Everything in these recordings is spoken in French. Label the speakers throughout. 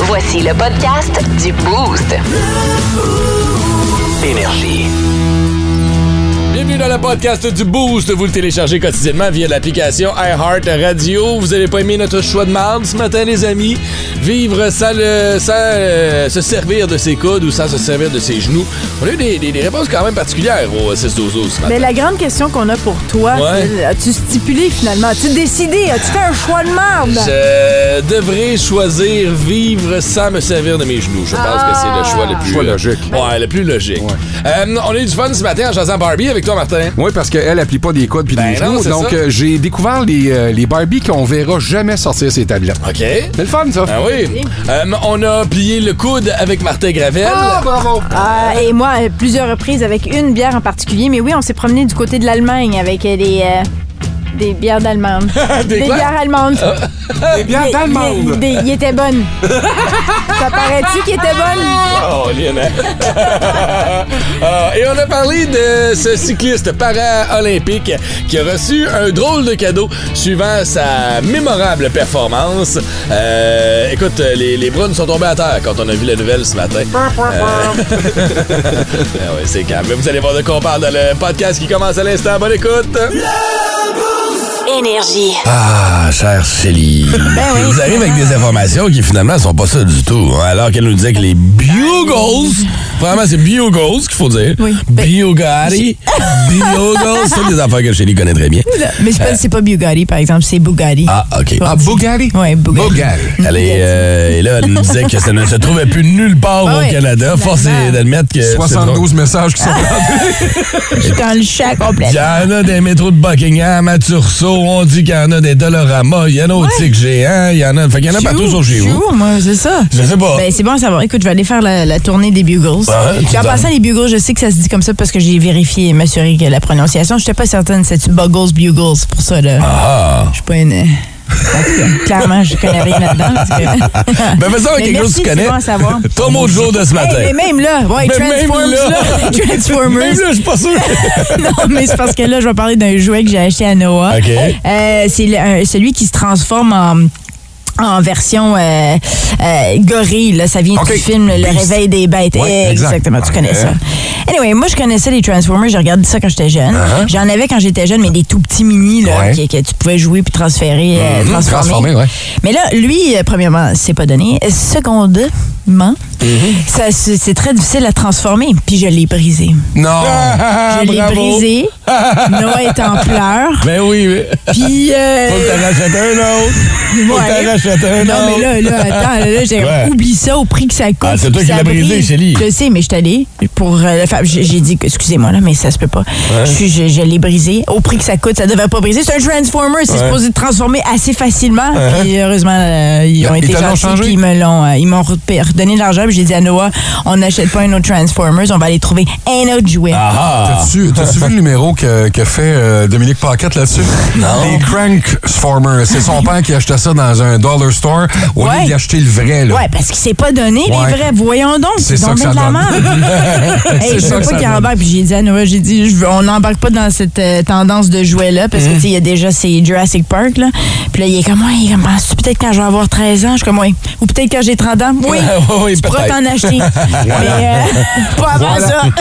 Speaker 1: Voici le podcast du Boost.
Speaker 2: Énergie.
Speaker 3: Bienvenue dans le podcast du Boost. Vous le téléchargez quotidiennement via l'application iHeart Radio. Vous n'avez pas aimé notre choix de marbre ce matin, les amis. Vivre sans, le- sans, euh, se servir de ses coudes ou sans se servir de ses genoux. On a eu des, des- des réponses quand même particulières au 6 12 ce matin.
Speaker 4: Mais la grande question qu'on a pour toi,
Speaker 3: Ouais.
Speaker 4: c'est, as-tu stipulé finalement? As-tu décidé? As-tu fait un choix de merde?
Speaker 5: ben.
Speaker 3: Je devrais choisir vivre sans me servir de mes genoux. Je pense que c'est le choix le plus
Speaker 6: Choix
Speaker 3: euh,
Speaker 6: logique.
Speaker 3: Ouais, le plus logique. Euh, on a eu du fun ce matin en jasant Barbie avec toi, Martin.
Speaker 6: Oui, parce qu'elle applique pas des codes puis
Speaker 3: Ben
Speaker 6: des
Speaker 3: non,
Speaker 6: genoux.
Speaker 3: c'est
Speaker 6: donc,
Speaker 3: ça.
Speaker 6: euh, j'ai découvert les, euh, les Barbies qu'on verra jamais sortir ces tablettes.
Speaker 3: OK.
Speaker 6: C'est le fun, ça.
Speaker 3: Ah oui. Euh, on a plié le coude avec Martin Gravel.
Speaker 6: Ah, bravo!
Speaker 5: Euh,
Speaker 4: Ah, et moi, à plusieurs reprises avec une bière en particulier. Mais oui, on s'est promené du côté de l'Allemagne avec euh, des, euh, des bières d'Allemande.
Speaker 3: Des quoi? Euh,
Speaker 4: bières allemandes.
Speaker 6: Des bières
Speaker 4: Des-
Speaker 6: d'Allemande!
Speaker 4: des- Ils étaient bonnes. Ça paraît-tu qu'ils étaient bonnes?
Speaker 3: Oh, Lionel. Ah, et on a parlé de ce cycliste para-olympique qui a reçu un drôle de cadeau suivant sa mémorable performance. Euh, écoute, les, les bras nous sont tombés à terre quand on a vu la nouvelle ce matin. Euh, ah ouais, c'est calme. Mais Vous allez voir de quoi on parle dans le podcast qui commence à l'instant. Bonne écoute.
Speaker 1: Énergie.
Speaker 3: Ah, chère Chélie.
Speaker 5: Ben
Speaker 3: Ils arrivent avec des informations qui finalement sont pas ça du tout. hein, Alors qu'elle nous disait que les Bugles, vraiment c'est Bugles qu'il faut dire.
Speaker 5: Oui. Ben,
Speaker 3: Bugatti, Bugles, c'est des affaires que Chélie connaît très bien.
Speaker 5: Mais je pense que c'est pas Bugatti, par exemple, c'est Bugatti.
Speaker 3: Ah, OK.
Speaker 6: Ah, Bugatti?
Speaker 5: Ouais, Bugatti.
Speaker 6: Bugatti.
Speaker 3: Elle est, euh, et là, elle nous disait que ça ne se trouvait plus nulle part au
Speaker 5: Ah ouais,
Speaker 3: Canada. Force est
Speaker 5: finalement.
Speaker 3: d'admettre que. c'est drôle.
Speaker 6: 72 messages qui sont
Speaker 5: Je suis dans le chat
Speaker 3: Il y
Speaker 5: complètement.
Speaker 3: en a des métros de Buckingham, à Tursault, on dit qu'il y en a des Dolorama, il y en a au Tic Géant, il y en a. Fait qu'il y en a partout sur chez
Speaker 5: Je suis
Speaker 3: vous.
Speaker 5: où, moi, c'est ça.
Speaker 3: Je sais pas.
Speaker 5: Ben, c'est bon à savoir. Écoute, je vais aller faire la, la tournée des Bugles.
Speaker 3: Ah,
Speaker 5: Puis
Speaker 3: tu
Speaker 5: en
Speaker 3: t'en-
Speaker 5: passant, les Bugles, je sais que ça se dit comme ça parce que j'ai vérifié et m'assuré que la prononciation, je n'étais pas certaine, c'est-tu Buggles, Bugles, c'est pour ça, là.
Speaker 3: Ah.
Speaker 5: Je suis pas une... En tout cas, clairement, je connais rien là-dedans. parce que-
Speaker 3: Ben, fais ça avec
Speaker 5: Mais
Speaker 3: quelque chose que
Speaker 5: merci,
Speaker 3: tu connais.
Speaker 5: c'est bon à savoir.
Speaker 3: Ton mot de jour de ce matin.
Speaker 5: Hey, mais même là, ouais,
Speaker 3: Mais même
Speaker 5: Transformers,
Speaker 3: là.
Speaker 5: là, Transformers.
Speaker 3: Même là, je suis pas sûr.
Speaker 5: non, mais c'est parce que là, je vais parler d'un jouet que j'ai acheté à Noah.
Speaker 3: OK.
Speaker 5: Euh, c'est le- un- celui qui se transforme en en version euh, euh, gorille, là, ça vient
Speaker 6: OK.
Speaker 5: du film Le
Speaker 6: Beast.
Speaker 5: Réveil des bêtes.
Speaker 6: Ouais, exact.
Speaker 5: Exactement, tu connais ça. Anyway, moi, je connaissais les Transformers, j'ai regardé ça quand j'étais jeune. J'en avais quand j'étais jeune, mais des tout petits mini, là,
Speaker 6: Uh-huh. Ouais.
Speaker 5: que, que tu pouvais jouer puis transférer, euh,
Speaker 6: Mhm,
Speaker 5: transformer.
Speaker 6: transformer, ouais.
Speaker 5: Mais là, lui, euh, premièrement, c'est pas donné. Secondement,
Speaker 6: Mm-hmm.
Speaker 5: ça, c'est c'est très difficile à transformer, puis je l'ai brisé.
Speaker 6: Non!
Speaker 5: Je l'ai
Speaker 3: Ah, Bravo.
Speaker 5: brisé. Noah est en pleurs.
Speaker 3: Ben oui, mais.
Speaker 5: Puis. euh,
Speaker 3: Faut que t'en rachètes un autre. Faut que
Speaker 5: ouais.
Speaker 3: t'en rachètes un autre.
Speaker 5: Non, mais là, là, attends, là, là, j'ai
Speaker 3: Ouais.
Speaker 5: oublié ça au prix que ça coûte.
Speaker 3: Ah, c'est toi
Speaker 5: puis
Speaker 3: qui
Speaker 5: ça
Speaker 3: l'as brisé,
Speaker 5: brise.
Speaker 3: Chélie.
Speaker 5: Je sais, mais je suis allée pour euh, le faire. J'ai j'ai dit, que- excusez-moi, là, mais ça se peut pas. Je, suis- je, je l'ai brisé au prix que ça coûte. Ça devrait pas briser. C'est un Transformer. C'est supposé transformer assez facilement. Puis heureusement, euh, ils ont
Speaker 6: Ils
Speaker 5: été
Speaker 6: te l'ont
Speaker 5: gentils.
Speaker 6: changé?
Speaker 5: Puis ils me l'ont, euh, ils m'ont re- redonné de l'argent. Puis j'ai dit à Noah, on n'achète pas un autre Transformers. On va aller trouver un autre jouet.
Speaker 3: Ah ah.
Speaker 6: T'as-tu t'as-tu vu le numéro que, que fait euh, Dominique Paquette là-dessus? Non. Les Crankformers. C'est son père qui achetait ça dans un dollar store au
Speaker 5: Ouais.
Speaker 6: lieu d'y acheter le vrai. Là.
Speaker 5: Ouais, parce qu'il s'est pas donné,
Speaker 6: Ouais.
Speaker 5: les vrais. Voyons donc, c'est
Speaker 6: C'est ça
Speaker 5: donc
Speaker 6: que
Speaker 5: bien de la
Speaker 6: ça donne.
Speaker 5: merde.
Speaker 6: C'est
Speaker 5: hey, je
Speaker 6: ça
Speaker 5: veux
Speaker 6: que ça
Speaker 5: pas qu'il
Speaker 6: donne.
Speaker 5: embarque. Puis j'ai dit à Noah, j'ai dit, je veux- on n'embarque pas dans cette euh, tendance de jouet-là, parce que,
Speaker 6: Hum.
Speaker 5: tu sais, il y a déjà ces Jurassic Park, là. Puis là, il est comme, ouais, il est comme, penses-tu peut-être quand je vais avoir 13 ans? Je suis comme, ouais. Ou peut-être quand j'ai 30 ans? Oui.
Speaker 3: Oui,
Speaker 5: tu pourras
Speaker 3: peut-être.
Speaker 5: t'en acheter. Mais, euh, pas avant ça.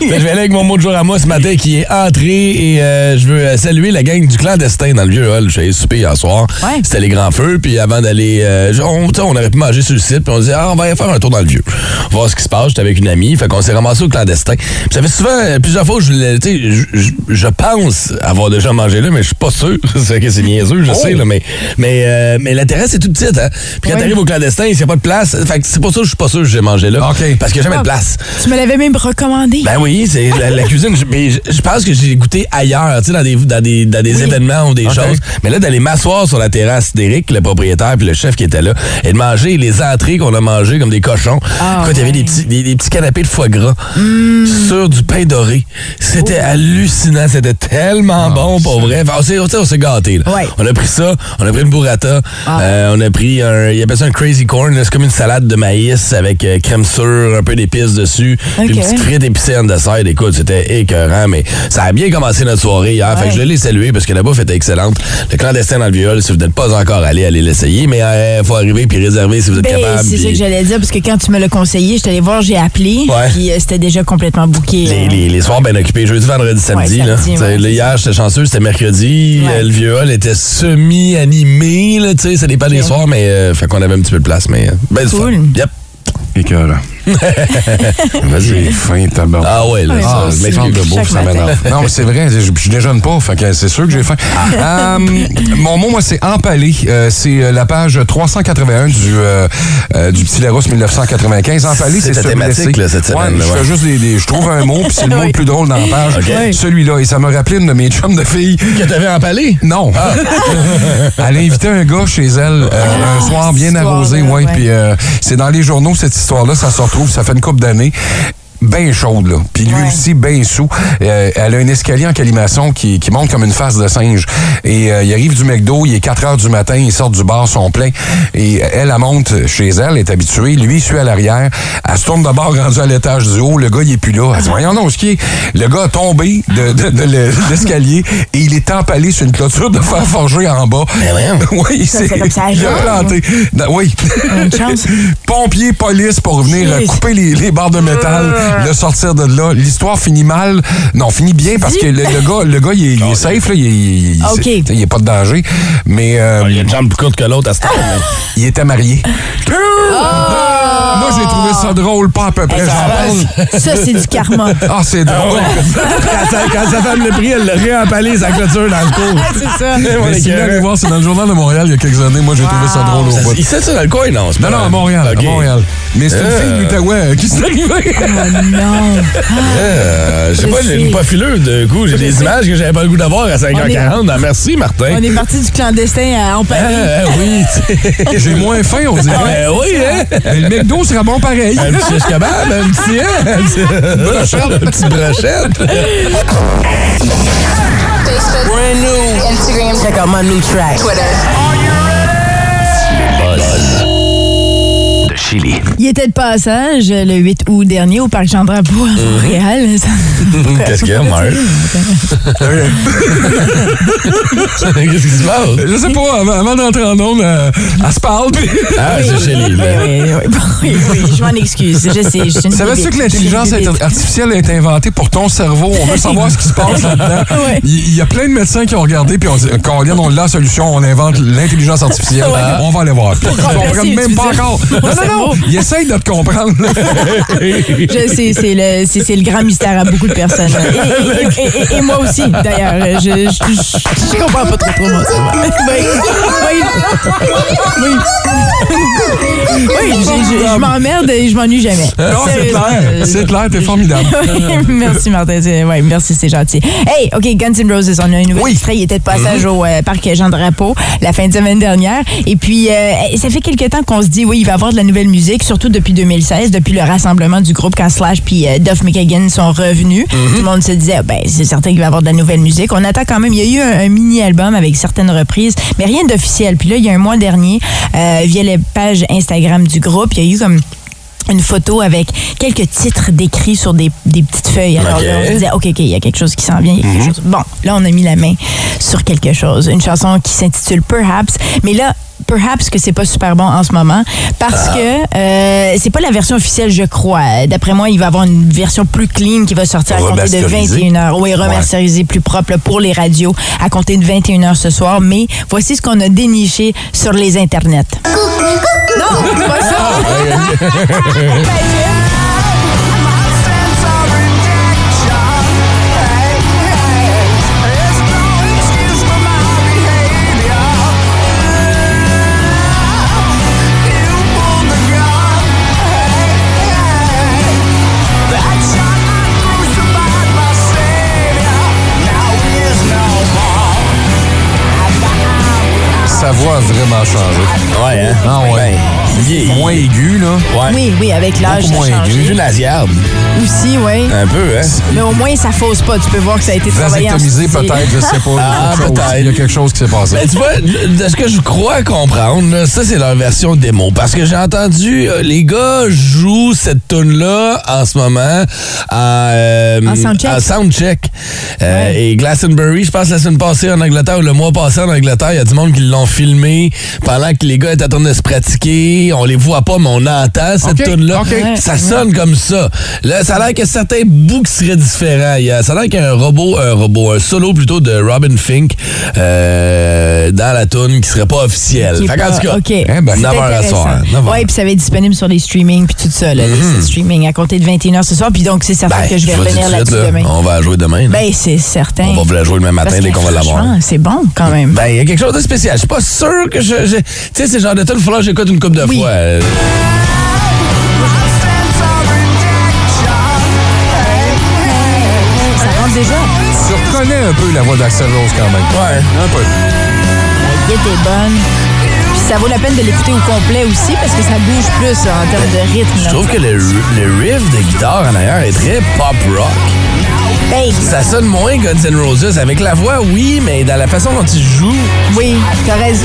Speaker 3: Ben, Je vais aller avec mon mot de jour à moi ce matin qui est entré et euh, je veux euh, saluer la gang du clandestin dans le vieux hall. J'ai soupé hier soir.
Speaker 5: Ouais.
Speaker 3: C'était les grands feux. Puis avant d'aller, euh, on, tu sais, on aurait pu manger sur le site. Puis on disait, ah, on va aller faire un tour dans le vieux. Voir ce qui se passe. J'étais avec une amie. Fait qu'on s'est ramassé au clandestin. Puis ça fait souvent, euh, plusieurs fois, je, l'ai- tu sais, je, je- je pense avoir déjà mangé là, mais je suis pas sûr. c'est que c'est niaiseux,
Speaker 5: Oh!
Speaker 3: je sais. Là, mais mais, euh, mais la terrasse est toute petite. Hein? Puis quand
Speaker 5: Ouais.
Speaker 3: t'arrives au clandestin, il n'y a pas de place. Fait que c'est pour ça que je suis pas sûr que j'ai mangé là.
Speaker 6: OK.
Speaker 3: Parce qu'il n'y a
Speaker 5: Ah.
Speaker 3: jamais de place.
Speaker 5: tu me l'avais même recommandé.
Speaker 3: Ben oui, c'est la, la cuisine. je- Mais je, je pense que j'ai goûté ailleurs, tu sais, dans des, dans des, dans des événements ou des choses. Mais là, d'aller m'asseoir sur la terrasse d'Éric, le propriétaire, puis le chef qui était là, et de manger les entrées qu'on a mangées comme des cochons.
Speaker 5: Ah,
Speaker 3: Écoute, il y avait
Speaker 5: ouais.
Speaker 3: des
Speaker 5: Mm.
Speaker 3: petits, des, des petits canapés de foie gras sur du pain doré. C'était
Speaker 5: Oh.
Speaker 3: hallucinant. C'était tellement bon, pour Ah, vrai. Enfin, on s'est- on s'est on s'est gâtés. là.
Speaker 5: Ouais. Ah.
Speaker 3: On a pris ça, on a pris une burrata, euh, on a pris un. Il appelle ça un crazy corn. là. C'est comme une salade de maïs avec euh, crème sûre, un peu d'épices dessus. Puis une
Speaker 5: Ok.
Speaker 3: petite frite épicée en dessert. Écoute, c'était écœurant, mais ça a bien commencé notre soirée hier. Fait que je l'ai salué parce que la bouffe était excellente. Le clandestin dans le viol, si vous n'êtes pas encore allé, allez l'essayer. Mais il faut arriver puis réserver si vous êtes
Speaker 5: Ben,
Speaker 3: capable.
Speaker 5: c'est
Speaker 3: puis-
Speaker 5: ça que j'allais dire, parce que quand tu me l'as conseillé, je suis allée voir, j'ai appelé,
Speaker 3: Ouais.
Speaker 5: puis euh, c'était déjà complètement euh, bouqué.
Speaker 3: les, les- les soirs bien occupés, jeudi, vendredi, samedi.
Speaker 5: Ouais,
Speaker 3: là.
Speaker 5: samedi,
Speaker 3: Tu sais,
Speaker 5: ouais.
Speaker 3: là, hier, j'étais chanceux, c'était mercredi.
Speaker 5: Ouais.
Speaker 3: euh, le vieux hall était semi-animé. là, tu sais, Ça dépend des soirs, mais euh, fait qu'on avait un petit peu de place. Mais, euh, ben, du
Speaker 5: Cool.
Speaker 3: fun. Yep.
Speaker 6: Écœurant. J'ai faim, tabarnak.
Speaker 3: Ah ouais, là, ça,
Speaker 6: Ah,
Speaker 3: je
Speaker 6: c'est
Speaker 3: m'excuse.
Speaker 6: de beau,
Speaker 5: Chaque
Speaker 6: ça
Speaker 5: matin.
Speaker 6: m'énerve. Non, mais c'est vrai, je, je déjeune pas, fait que c'est sûr que j'ai faim.
Speaker 3: Ah.
Speaker 6: Euh, mon mot, moi, c'est empalé. Euh, c'est euh, la page 381 du, euh, euh, du Petit Larousse 1995. Empalé,
Speaker 3: C'est
Speaker 6: c'est
Speaker 3: ta
Speaker 6: se
Speaker 3: thématique,
Speaker 6: blesser.
Speaker 3: là, cette
Speaker 6: Ouais,
Speaker 3: semaine, là,
Speaker 6: je fais
Speaker 3: ouais.
Speaker 6: juste des, des- Je trouve un mot, puis c'est le mot le plus drôle dans la page.
Speaker 3: Ok.
Speaker 6: Celui-là. Et ça me rappelait une de mes chums de filles
Speaker 3: Que t'avais empalé? Ah.
Speaker 6: non. elle a invité un gars chez elle euh,
Speaker 3: Ah,
Speaker 6: un soir bien
Speaker 5: cette
Speaker 6: arrosé,
Speaker 5: histoire-là,
Speaker 6: ouais.
Speaker 5: ouais.
Speaker 6: Puis euh, c'est dans les journaux cette histoire-là, ça se retrouve, ça fait une couple d'années. Ben chaude, là. Puis lui
Speaker 5: Ouais.
Speaker 6: aussi, ben sous. Euh, elle a un escalier en calimaçon qui, qui monte comme une face de singe. Et euh, il arrive du McDo, il est 4 heures du matin, ils sortent du bar, sont pleins. Et elle, elle monte chez elle, elle est habituée. Lui, il suit à l'arrière. Elle se tourne de bord, rendue à l'étage du haut. Le gars, il est plus là. Elle dit, voyons non, ce qui est. Le gars a tombé de, de- de le- de l'escalier et il est empalé sur une clôture de fer forgé en bas. oui, il
Speaker 5: Ben Ça,
Speaker 6: s'est-
Speaker 5: c'est comme ça,
Speaker 6: il a
Speaker 5: genre.
Speaker 6: planté. Non, oui.
Speaker 5: Une chance.
Speaker 6: Pompiers, police pour venir euh,
Speaker 5: Jeez. Ah.
Speaker 6: couper les, les barres de métal, le sortir de là. L'histoire finit mal. Non, finit bien parce que le, le gars, le gars, il est, il
Speaker 3: Ah,
Speaker 6: est safe, là. Il, est- il- il-
Speaker 5: OK.
Speaker 6: c'est- il est pas de danger. Mais euh,
Speaker 3: Ah, Il y a une jambe plus courte que l'autre à ce temps.
Speaker 6: il était marié.
Speaker 5: Ah.
Speaker 6: Moi, j'ai trouvé ça drôle, pas à peu
Speaker 3: Ah,
Speaker 6: près. j'en parle.
Speaker 5: Ça, c'est du karma.
Speaker 6: Ah, c'est drôle.
Speaker 3: quand, sa, quand sa femme le pris, elle l'a réempalé sa clôture dans le cours.
Speaker 5: c'est ça.
Speaker 6: Mais si vous voulez aller
Speaker 3: Il
Speaker 6: voir, c'est dans le Journal de Montréal il y a quelques années. Moi, j'ai trouvé ça drôle au bout.
Speaker 3: sait ça dans le coin, non? c'est
Speaker 6: Non,
Speaker 3: pas-
Speaker 6: non, à Montréal.
Speaker 3: Ok.
Speaker 6: À Montréal. Mais c'est une
Speaker 3: Euh.
Speaker 6: fille de l'Outaouais euh, qui s'est arrivée.
Speaker 5: Non.
Speaker 3: Euh, J'ai
Speaker 5: Je
Speaker 3: pas
Speaker 5: sais.
Speaker 3: le pas fileux, de coup. J'ai des images que j'avais pas le goût d'avoir à 5h40. Ah, merci, Martin.
Speaker 5: On est parti du clandestin à
Speaker 3: Ah,
Speaker 5: Empalé.
Speaker 3: ah, oui, tu sais.
Speaker 6: J'ai moins faim, on dirait.
Speaker 3: Ben oui, hein?
Speaker 6: Mais le McDo sera bon pareil.
Speaker 3: Un petit shish kebab, un petit, hein? Un petit- Une petite brochette.
Speaker 7: Brand new.
Speaker 8: Instagram,
Speaker 7: Check out my new track.
Speaker 8: Twitter.
Speaker 9: de Chili.
Speaker 6: Ah.
Speaker 5: Il était de passage le 8 août dernier au Parc Jean Drapeau à Montréal. Ça-
Speaker 3: Qu'est-ce qu'il y a, Marc? Qu'est-ce qui se passe?
Speaker 6: Je sais pas, avant, avant d'entrer en onde, euh, elle se parle. puis-
Speaker 3: Ah, c'est chez les
Speaker 5: Oui, oui, oui. Bon, oui, oui, je m'en excuse. Je sais, je suis une
Speaker 6: Savais-tu
Speaker 5: bébite.
Speaker 6: que l'intelligence
Speaker 5: Je suis une
Speaker 6: inter-
Speaker 5: bébite.
Speaker 6: artificielle est inventée pour ton cerveau? On veut savoir ce qui se passe là-dedans.
Speaker 5: Ouais.
Speaker 6: Il il y a plein de médecins qui ont regardé, puis on dit, quand on regarde, on a la solution, on invente l'intelligence artificielle. On va aller voir. Puis Ils comprennent
Speaker 5: remplacer,
Speaker 6: même pas
Speaker 5: tu dis-
Speaker 6: encore. Non, non, non. Ils essayent de te comprendre.
Speaker 5: Je sais, c'est le, c'est, c'est le grand mystère à beaucoup de personnes. Et, et- et- et moi aussi, d'ailleurs. Je, je, je- je comprends pas trop trop moi. ça va. Oui, oui, oui. Oui, je, je- je m'emmerde et je m'ennuie jamais.
Speaker 6: Non, c'est clair. C'est clair, t'es formidable.
Speaker 5: Oui, merci Martin, C'est- ouais, merci, c'est gentil. Hey, OK, Guns N' Roses, on a un nouvel
Speaker 6: Oui.
Speaker 5: extrait. Il était de passage au euh, parc Jean Drapeau la fin de semaine dernière. Et puis, euh, ça fait quelques temps qu'on se dit, oui, il va y avoir de la nouvelle musique, surtout depuis 2016, depuis le rassemblement du groupe quand Slash puis euh, Duff McKagan sont revenus. Tout le monde se disait, ah, ben, c'est certain qu'il va y avoir de la nouvelle musique. On attend quand même, il y a eu un, un mini-album avec certaines reprises, mais rien d'officiel. Puis là, il y a un mois dernier, euh, via les pages Instagram du groupe, il y a eu comme une photo avec quelques titres décrits sur des, des petites feuilles. Alors
Speaker 3: Ok.
Speaker 5: là, on se disait, OK, OK, il y a quelque chose qui s'en vient, il y a quelque chose. Bon, là, on a mis la main sur quelque chose. Une chanson qui s'intitule Perhaps. Mais là, Perhaps que c'est pas super bon en ce moment parce que euh, c'est pas la version officielle, je crois. D'après moi, il va y avoir une version plus clean qui va sortir à compter de
Speaker 6: Remasterisée.
Speaker 5: 21 h Oui, remasterisée, plus propre là, pour les radios à compter de 21 h ce soir. Mais voici ce qu'on a déniché sur les internets. Non, pas ça.
Speaker 6: Sa voix a vraiment changé.
Speaker 3: Ouais, hein? hein?
Speaker 6: Ah ouais.
Speaker 3: Ben,
Speaker 6: Il est moins aigu, là.
Speaker 10: Ouais.
Speaker 5: Oui, oui, avec l'âge,
Speaker 6: Beaucoup
Speaker 5: ça
Speaker 6: moins
Speaker 5: change.
Speaker 10: J'ai vu Naziarde.
Speaker 5: Aussi, oui.
Speaker 3: Euh,
Speaker 10: Un peu, hein?
Speaker 5: Mais au moins, ça fausse pas. Tu peux voir que ça a été travaillé en
Speaker 6: Vasectomisé,
Speaker 5: studio.
Speaker 6: peut-être, je sais pas.
Speaker 10: Ah,
Speaker 6: quelque chose.
Speaker 10: peut-être.
Speaker 6: Il y a quelque chose qui s'est passé.
Speaker 3: Ben, tu vois, de ce que je crois comprendre, là, ça, c'est leur version démo. Parce que j'ai entendu, euh, les gars jouent cette tune-là en ce moment à, euh,
Speaker 5: En soundcheck.
Speaker 3: à soundcheck. Euh, Et Glastonbury, je pense la semaine passée en Angleterre ou le mois passé en Angleterre, il y a du monde qui l'ont filmé pendant que les gars étaient en train de se pratiquer. On les voit pas, mais on entend cette
Speaker 6: Ok,
Speaker 3: tune-là.
Speaker 6: ok.
Speaker 3: Ça sonne comme ça. Là, ça a l'air que certains bouts qui seraient différents. Il y a- ça a l'air qu'il y a un robot, un robot, un solo plutôt de Robin Fink euh, dans la tune qui serait pas officiel.
Speaker 5: Qui est
Speaker 3: Fait qu'en
Speaker 5: pas-
Speaker 3: tout cas,
Speaker 5: OK.
Speaker 6: eh ben,
Speaker 5: C'est
Speaker 3: 9 heures à
Speaker 5: intéressant.
Speaker 3: soir, 9 heures. Ben, Mhm.
Speaker 5: Ouais, puis ça va être disponible sur les streamings, puis tout ça, là, les sites streaming à compter de 21h ce soir. Puis donc, c'est certain
Speaker 3: ben,
Speaker 5: que je vais
Speaker 3: vous le dis
Speaker 5: revenir
Speaker 3: tout de suite,
Speaker 5: là-dessus
Speaker 3: là,
Speaker 5: demain.
Speaker 3: on va la jouer demain. là.
Speaker 5: Ben, c'est certain.
Speaker 3: on va vous la jouer demain
Speaker 5: Parce
Speaker 3: matin dès
Speaker 5: que
Speaker 3: qu'on va l'avoir.
Speaker 5: franchement, C'est bon, quand même.
Speaker 3: Ben, il y a quelque chose de spécial. Je suis pas sûr que je. je- tu sais, c'est le genre de tune, il faudra que j'écoute une coupe de
Speaker 5: Oui.
Speaker 3: fois. Euh, Ben,
Speaker 5: ça rentre déjà.
Speaker 6: Tu reconnais un peu la voix d'Axel Rose quand même. Ouais. Un peu.
Speaker 5: La guette est bonne. Puis ça vaut la peine de l'écouter au complet aussi, parce que ça bouge plus là, en termes de rythme.
Speaker 3: Je
Speaker 5: là.
Speaker 3: trouve que le, le riff de guitare en arrière est très pop rock.
Speaker 5: Ben,
Speaker 3: Ça sonne moins Guns N' Roses. Avec la voix, oui, mais dans la façon dont ils jouent.
Speaker 5: oui, t'as raison.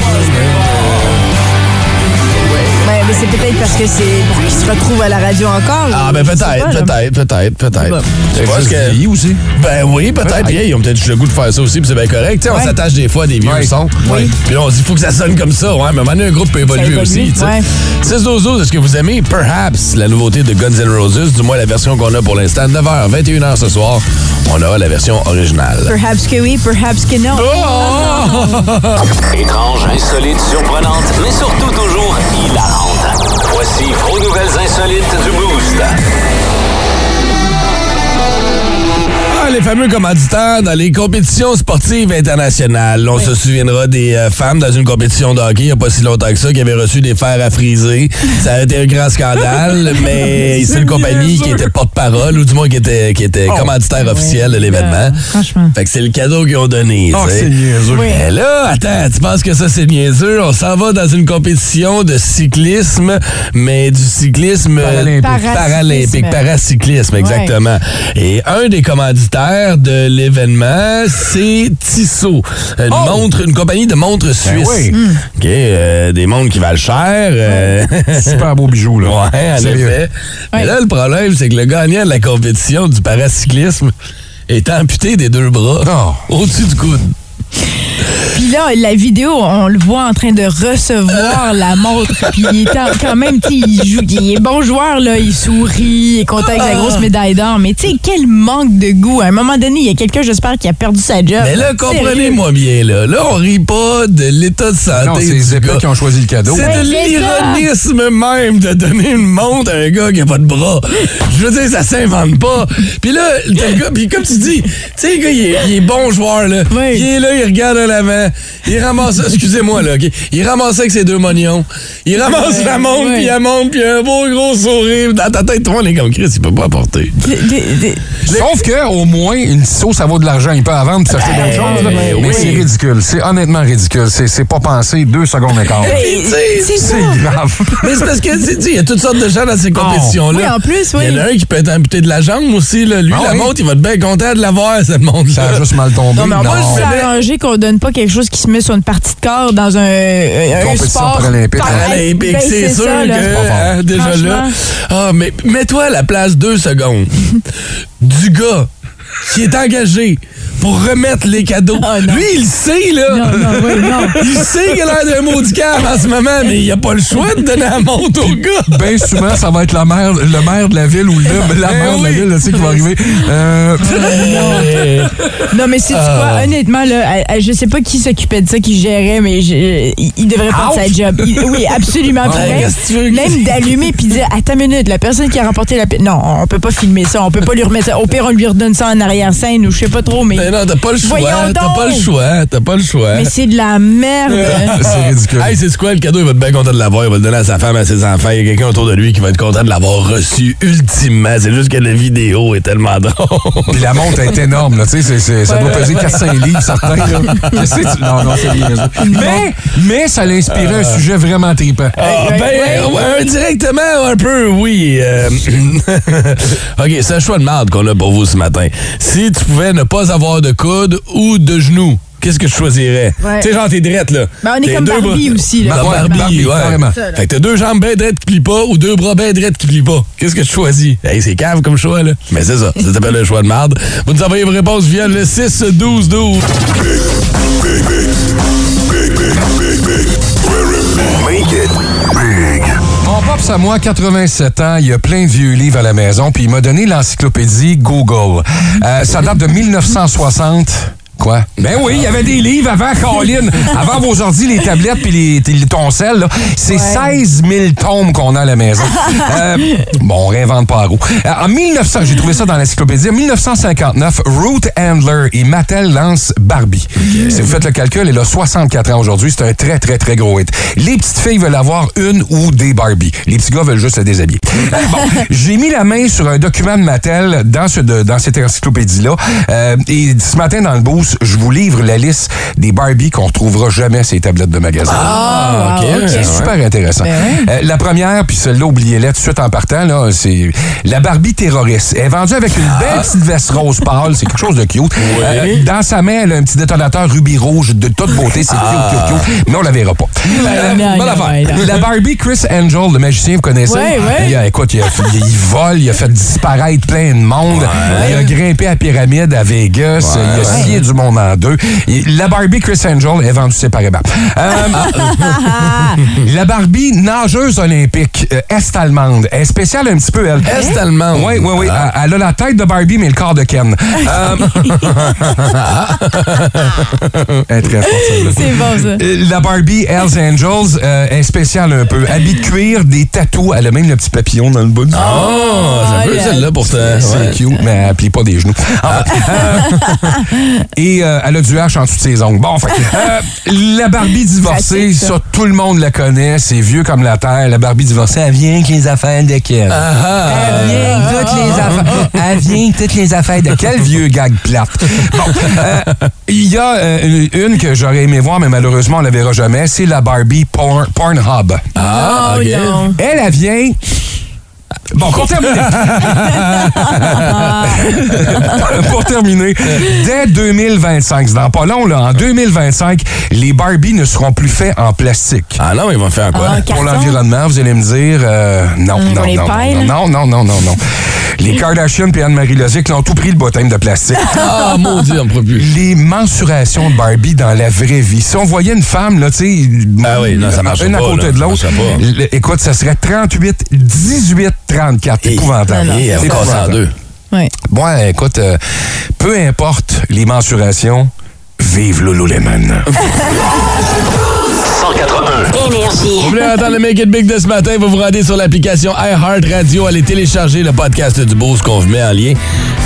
Speaker 5: Ouais, mais c'est peut-être parce que c'est pour qu'ils se retrouvent à la radio encore.
Speaker 3: Ah, ben
Speaker 5: je sais pas,
Speaker 3: peut-être,
Speaker 5: là.
Speaker 3: peut-être, peut-être,
Speaker 5: Bon.
Speaker 3: peut-être. Je
Speaker 6: Ça
Speaker 3: pense
Speaker 6: se
Speaker 3: que.
Speaker 6: vieillit aussi.
Speaker 3: Ben oui, peut-être. Puis hey, ils ont peut-être juste le goût de faire ça aussi, puis c'est bien correct. Tu sais, On
Speaker 5: Ouais.
Speaker 3: s'attache des fois à des vieux
Speaker 6: Ouais.
Speaker 3: sons.
Speaker 6: Oui.
Speaker 3: Puis là, on se dit, faut que ça sonne comme ça. Ouais, mais à un moment donné, un groupe peut évoluer
Speaker 5: évolue,
Speaker 3: aussi. tu sais.
Speaker 5: ouais.
Speaker 3: 6-12-12, est-ce que vous aimez Perhaps, la nouveauté de Guns N' Roses, du moins la version qu'on a pour l'instant, 9h, 21h ce soir, on aura la version originale.
Speaker 5: Perhaps que oui, perhaps que non.
Speaker 3: Oh!
Speaker 11: Étrange, insolite, surprenante, mais surtout toujours hilarante. Voici vos nouvelles insolites du Boost.
Speaker 3: Ah, les fameux commanditaires dans les compétitions sportives internationales. On se souviendra des euh, femmes dans une compétition de hockey il n'y a pas si longtemps que ça qui avaient reçu des fers à friser. Ça a été un grand scandale, mais c'est une compagnie qui était porte-parole ou du moins qui était, qui était commanditaire officiel de l'événement.
Speaker 5: franchement.
Speaker 3: Fait que c'est le cadeau qu'ils ont donné.
Speaker 6: Oh,
Speaker 3: tu sais.
Speaker 6: c'est niaiseux.
Speaker 5: Oui.
Speaker 3: Mais là, attends, tu penses que ça c'est niaiseux? On s'en va dans une compétition de cyclisme, mais du cyclisme euh,
Speaker 5: Paralympique.
Speaker 3: paralympique,
Speaker 5: Paracyclisme.
Speaker 3: paracyclisme, exactement. Et un des commanditaires de l'événement, c'est Tissot, une montre, une compagnie de montres suisses.
Speaker 6: Oh! Ben oui.
Speaker 3: OK, euh, des montres qui valent cher. euh,
Speaker 6: Super beau bijou, là.
Speaker 3: Ouais, en
Speaker 6: Sérieux.
Speaker 3: effet. Mais là, le problème, c'est que le gagnant de la compétition du paracyclisme est amputé des deux bras
Speaker 6: Non.
Speaker 3: au-dessus du coude.
Speaker 5: Puis là, la vidéo, on le voit en train de recevoir la montre. Puis il est en- quand même, tu sais, il joue, il est bon joueur, là. Il sourit, il est content avec
Speaker 3: Ah!
Speaker 5: la grosse médaille d'or. Mais tu sais, quel manque de goût. À un moment donné, il y a quelqu'un, j'espère, qui a perdu sa job.
Speaker 3: Mais là, comprenez-moi bien, là. Là, on rit pas de l'état de santé.
Speaker 6: Non, c'est
Speaker 3: du
Speaker 6: les
Speaker 3: gars.
Speaker 6: épées qui ont choisi le cadeau.
Speaker 3: C'est de
Speaker 5: c'est ça.
Speaker 3: l'ironisme même de donner une montre à un gars qui a pas de bras. Je veux dire, ça s'invente pas. Puis là, t'as le gars, puis comme tu dis, tu sais, le gars, il est, il est bon joueur, là.
Speaker 5: Oui.
Speaker 3: Il est là, il regarde en avant. Il ramasse, excusez-moi, là, OK? Il ramasse avec ses deux mognons. Il ramasse la montre,
Speaker 5: oui.
Speaker 3: puis la montre, puis un beau gros sourire. Dans ta tête, toi, on est comme Chris, il peut pas porter.
Speaker 5: Des- des- des-
Speaker 6: Sauf que au moins, une sauce, ça vaut de l'argent. Il peut la vendre et s'acheter d'autres choses. là.
Speaker 3: ben
Speaker 6: Mais
Speaker 3: oui.
Speaker 6: c'est ridicule. C'est honnêtement ridicule. C'est c'est pas pensé deux secondes et quart.
Speaker 3: Puis, tu sais,
Speaker 5: C'est ça.
Speaker 6: C'est grave.
Speaker 3: Mais c'est parce que, tu sais, il y a toutes sortes de gens dans ces compétitions-là.
Speaker 5: Oh. Oui, en plus, oui.
Speaker 3: Il y en a un qui peut être amputé de la jambe aussi. Là. Lui,
Speaker 6: Ah
Speaker 3: la
Speaker 6: oui.
Speaker 3: montre, il va être bien content de l'avoir, cette montre-là.
Speaker 6: Ça a juste mal tombé.
Speaker 5: Non, mais on
Speaker 6: Non.
Speaker 5: va juste
Speaker 3: mais-
Speaker 5: s'arranger Ah, qu'on donne pas quelque chose qui se met sur une partie de corps dans un, euh, un, un
Speaker 6: Compétition
Speaker 5: sport.
Speaker 6: paralympique.
Speaker 3: Paralympique,
Speaker 5: Ben,
Speaker 3: Ah, c'est sûr
Speaker 5: ça,
Speaker 3: que
Speaker 5: là.
Speaker 3: hein, déjà là.
Speaker 5: Franchement.
Speaker 3: Ah, mais mets-toi à la place deux secondes du gars qui est engagé pour remettre les cadeaux.
Speaker 5: Ah, non.
Speaker 3: Lui, il sait, là.
Speaker 5: Non, non, oui, non.
Speaker 3: Il sait qu'il a l'air d'un maudit cave en ce moment, mais il a pas le choix de donner la montre au gars.
Speaker 6: Bien souvent, ça va être la maire, le maire de la ville ou le, la
Speaker 3: Ben
Speaker 6: maire de la
Speaker 3: oui.
Speaker 6: ville là, tu sais, qui va arriver. Euh,
Speaker 5: Non, mais c'est
Speaker 3: Ah.
Speaker 5: quoi, honnêtement, là, à- à- je sais pas qui s'occupait de ça, qui gérait, mais je- il, il devrait prendre sa job. Il- oui, absolument. Puis même-
Speaker 3: qu'est-ce que tu veux que-
Speaker 5: même d'allumer puis dire, attends une minute, la personne qui a remporté la... pi- Non, on peut pas filmer ça, on peut pas lui remettre ça. Au pire, on lui redonne ça en arrière-scène ou je sais pas trop, mais...
Speaker 3: Ben non, t'as pas le choix.
Speaker 5: Voyons
Speaker 3: T'as
Speaker 5: donc.
Speaker 3: pas le choix. T'as pas le choix.
Speaker 5: Mais c'est de la merde.
Speaker 6: C'est ridicule.
Speaker 3: Ah. Hey, c'est quoi le cadeau? Il va être bien content de l'avoir. Il va le donner à sa femme, à ses enfants. Il y a quelqu'un autour de lui qui va être content de l'avoir reçu ultimement. C'est juste que la vidéo est tellement drôle.
Speaker 6: Puis la montre est énorme, là, tu sais, c'est- c'est- ça doit peser 400 livres, certain. Là. Qu'est-ce que tu- Non, non, c'est bien. Mais, mais ça l'a inspiré un sujet vraiment trippant.
Speaker 3: Euh. Ah, ben, euh, euh, directement, un peu, oui. euh, OK, c'est un choix de marde qu'on a pour vous ce matin. Si tu pouvais ne pas avoir de coude ou de genoux, qu'est-ce que tu choisirais?
Speaker 5: Ouais.
Speaker 3: Tu sais, genre, t'es drette, là.
Speaker 5: Ben, on est
Speaker 3: T'es
Speaker 5: comme
Speaker 3: deux
Speaker 5: Barbie
Speaker 3: bras-
Speaker 5: aussi, là.
Speaker 3: Comme
Speaker 6: Ouais,
Speaker 3: Barbie,
Speaker 6: Barbie,
Speaker 3: ouais.
Speaker 6: carrément.
Speaker 3: Fait que t'as deux jambes bien drettes qui plient pas ou deux bras bien drettes qui plient pas. Qu'est-ce que tu choisis? Hey, c'est cave comme choix, là. Mais c'est ça, ça s'appelle le choix de marde. Vous nous envoyez vos réponses via le 6-12-12.
Speaker 6: Mon pops à moi, 87 ans, il y a plein de vieux livres à la maison, puis il m'a donné l'encyclopédie Google. Euh, ça date de 1960. Quoi? Ben oui, il y avait des livres avant Colin, avant vos ordi, les tablettes puis les, t- les toncelles. là. C'est 16 000 tomes qu'on a à la maison. Euh, bon, on réinvente pas en gros. Euh, En 1900, j'ai trouvé ça dans l'encyclopédie, en 1959, Ruth Handler et Mattel lancent Barbie. Si vous faites le calcul, elle a 64 ans aujourd'hui. C'est un très, très, très gros hit. Les petites filles veulent avoir une ou des Barbie. Les petits gars veulent juste se déshabiller. Euh, bon, j'ai mis la main sur un document de Mattel dans, ce, de- dans cette encyclopédie-là. Euh, et ce matin, dans le boost, je vous livre la liste des Barbie qu'on retrouvera jamais ces tablettes de magasin.
Speaker 3: Ah, OK.
Speaker 6: C'est super
Speaker 5: Ben
Speaker 6: intéressant. Euh, la première, puis celle-là, oubliez-la tout de suite en partant, là, c'est la Barbie terroriste. Elle est vendue avec une belle petite veste rose pâle, c'est quelque chose de cute. Euh, dans sa main, elle a un petit détonateur rubis rouge de toute beauté, c'est cute, cute, cute, mais on la verra pas. Euh,
Speaker 5: non,
Speaker 6: bonne
Speaker 5: non,
Speaker 6: affaire.
Speaker 5: ouais, non.
Speaker 6: La Barbie Chris Angel, le magicien, vous connaissez?
Speaker 5: Ouais, ouais.
Speaker 6: Il a- écoute, il, a- il- il vole, il a fait disparaître plein de monde, il a grimpé à la pyramide à Vegas, il a scié du monde en deux. Et la Barbie Chris Angel est vendue séparément. Euh, la Barbie nageuse olympique euh, est-allemande. Elle est spéciale un petit peu, elle.
Speaker 3: Est-allemande.
Speaker 6: Oui, oui, oui.
Speaker 5: Ah.
Speaker 6: Elle elle a la tête de Barbie, mais le corps de Ken. Euh, Euh, Elle est très forte, celle-là.
Speaker 5: C'est bon, ça.
Speaker 6: Euh, La Barbie Hells Angels euh, est spéciale un peu. Habit de cuir, des tatous. Elle a même le petit papillon dans le bout
Speaker 5: Ah.
Speaker 6: du
Speaker 3: Oh, c'est un peu
Speaker 5: là.
Speaker 3: celle-là pour ça.
Speaker 6: C'est cute, mais elle plie pas des genoux. Ah, euh, et euh, elle a du H en dessous de ses ongles. Bon, fait, euh, la Barbie divorcée,
Speaker 5: Pratique,
Speaker 6: ça.
Speaker 5: ça.
Speaker 6: tout le monde la connaît. C'est vieux comme la terre. La Barbie divorcée, elle vient avec les affaires de Ken. Elle
Speaker 3: Ah,
Speaker 6: vient avec toutes les affaires. Elle vient avec toutes les affaires de quel vieux gag plate. Bon, euh, il y a euh, une que j'aurais aimé voir, mais malheureusement, on la verra jamais. C'est la Barbie Porn- Pornhub.
Speaker 3: Ah, OK.
Speaker 6: Elle, elle vient. Bon, pour terminer. pour terminer, dès 2025, c'est dans pas long, là, en 2025, les Barbies ne seront plus faits en plastique.
Speaker 3: Ah non, ils vont faire quoi?
Speaker 5: Ah, ok.
Speaker 6: Pour
Speaker 5: carton?
Speaker 6: l'environnement, vous allez me dire, euh, non,
Speaker 5: Hum,
Speaker 6: non,
Speaker 5: on les
Speaker 6: non,
Speaker 5: pèle?
Speaker 6: non, non, non, non, non, non. Les Kardashian et Anne-Marie Lozic l'ont tout pris le baptême de plastique.
Speaker 3: Ah, mon Dieu, on ne pourra plus.
Speaker 6: Les mensurations de Barbie dans la vraie vie. Si on voyait une femme, là, tu sais,
Speaker 3: Ah oui, non, ça marche
Speaker 6: une à
Speaker 3: pas,
Speaker 6: côté
Speaker 3: là.
Speaker 6: de
Speaker 3: Ça
Speaker 6: l'autre,
Speaker 3: marche pas.
Speaker 6: l- écoute, ça serait 38, 18, 34.
Speaker 3: Et-
Speaker 6: épouvantable.
Speaker 3: Et elle va casser en
Speaker 6: épouvantable.
Speaker 3: deux.
Speaker 5: Ouais.
Speaker 6: Bon, écoute, euh, peu importe les mensurations, vive Lululemon.
Speaker 11: 181.
Speaker 3: Vous voulez entendre le Make It Big de ce matin, vous vous rendez sur l'application iHeartRadio, allez télécharger le podcast du Beauce qu'on vous met en lien.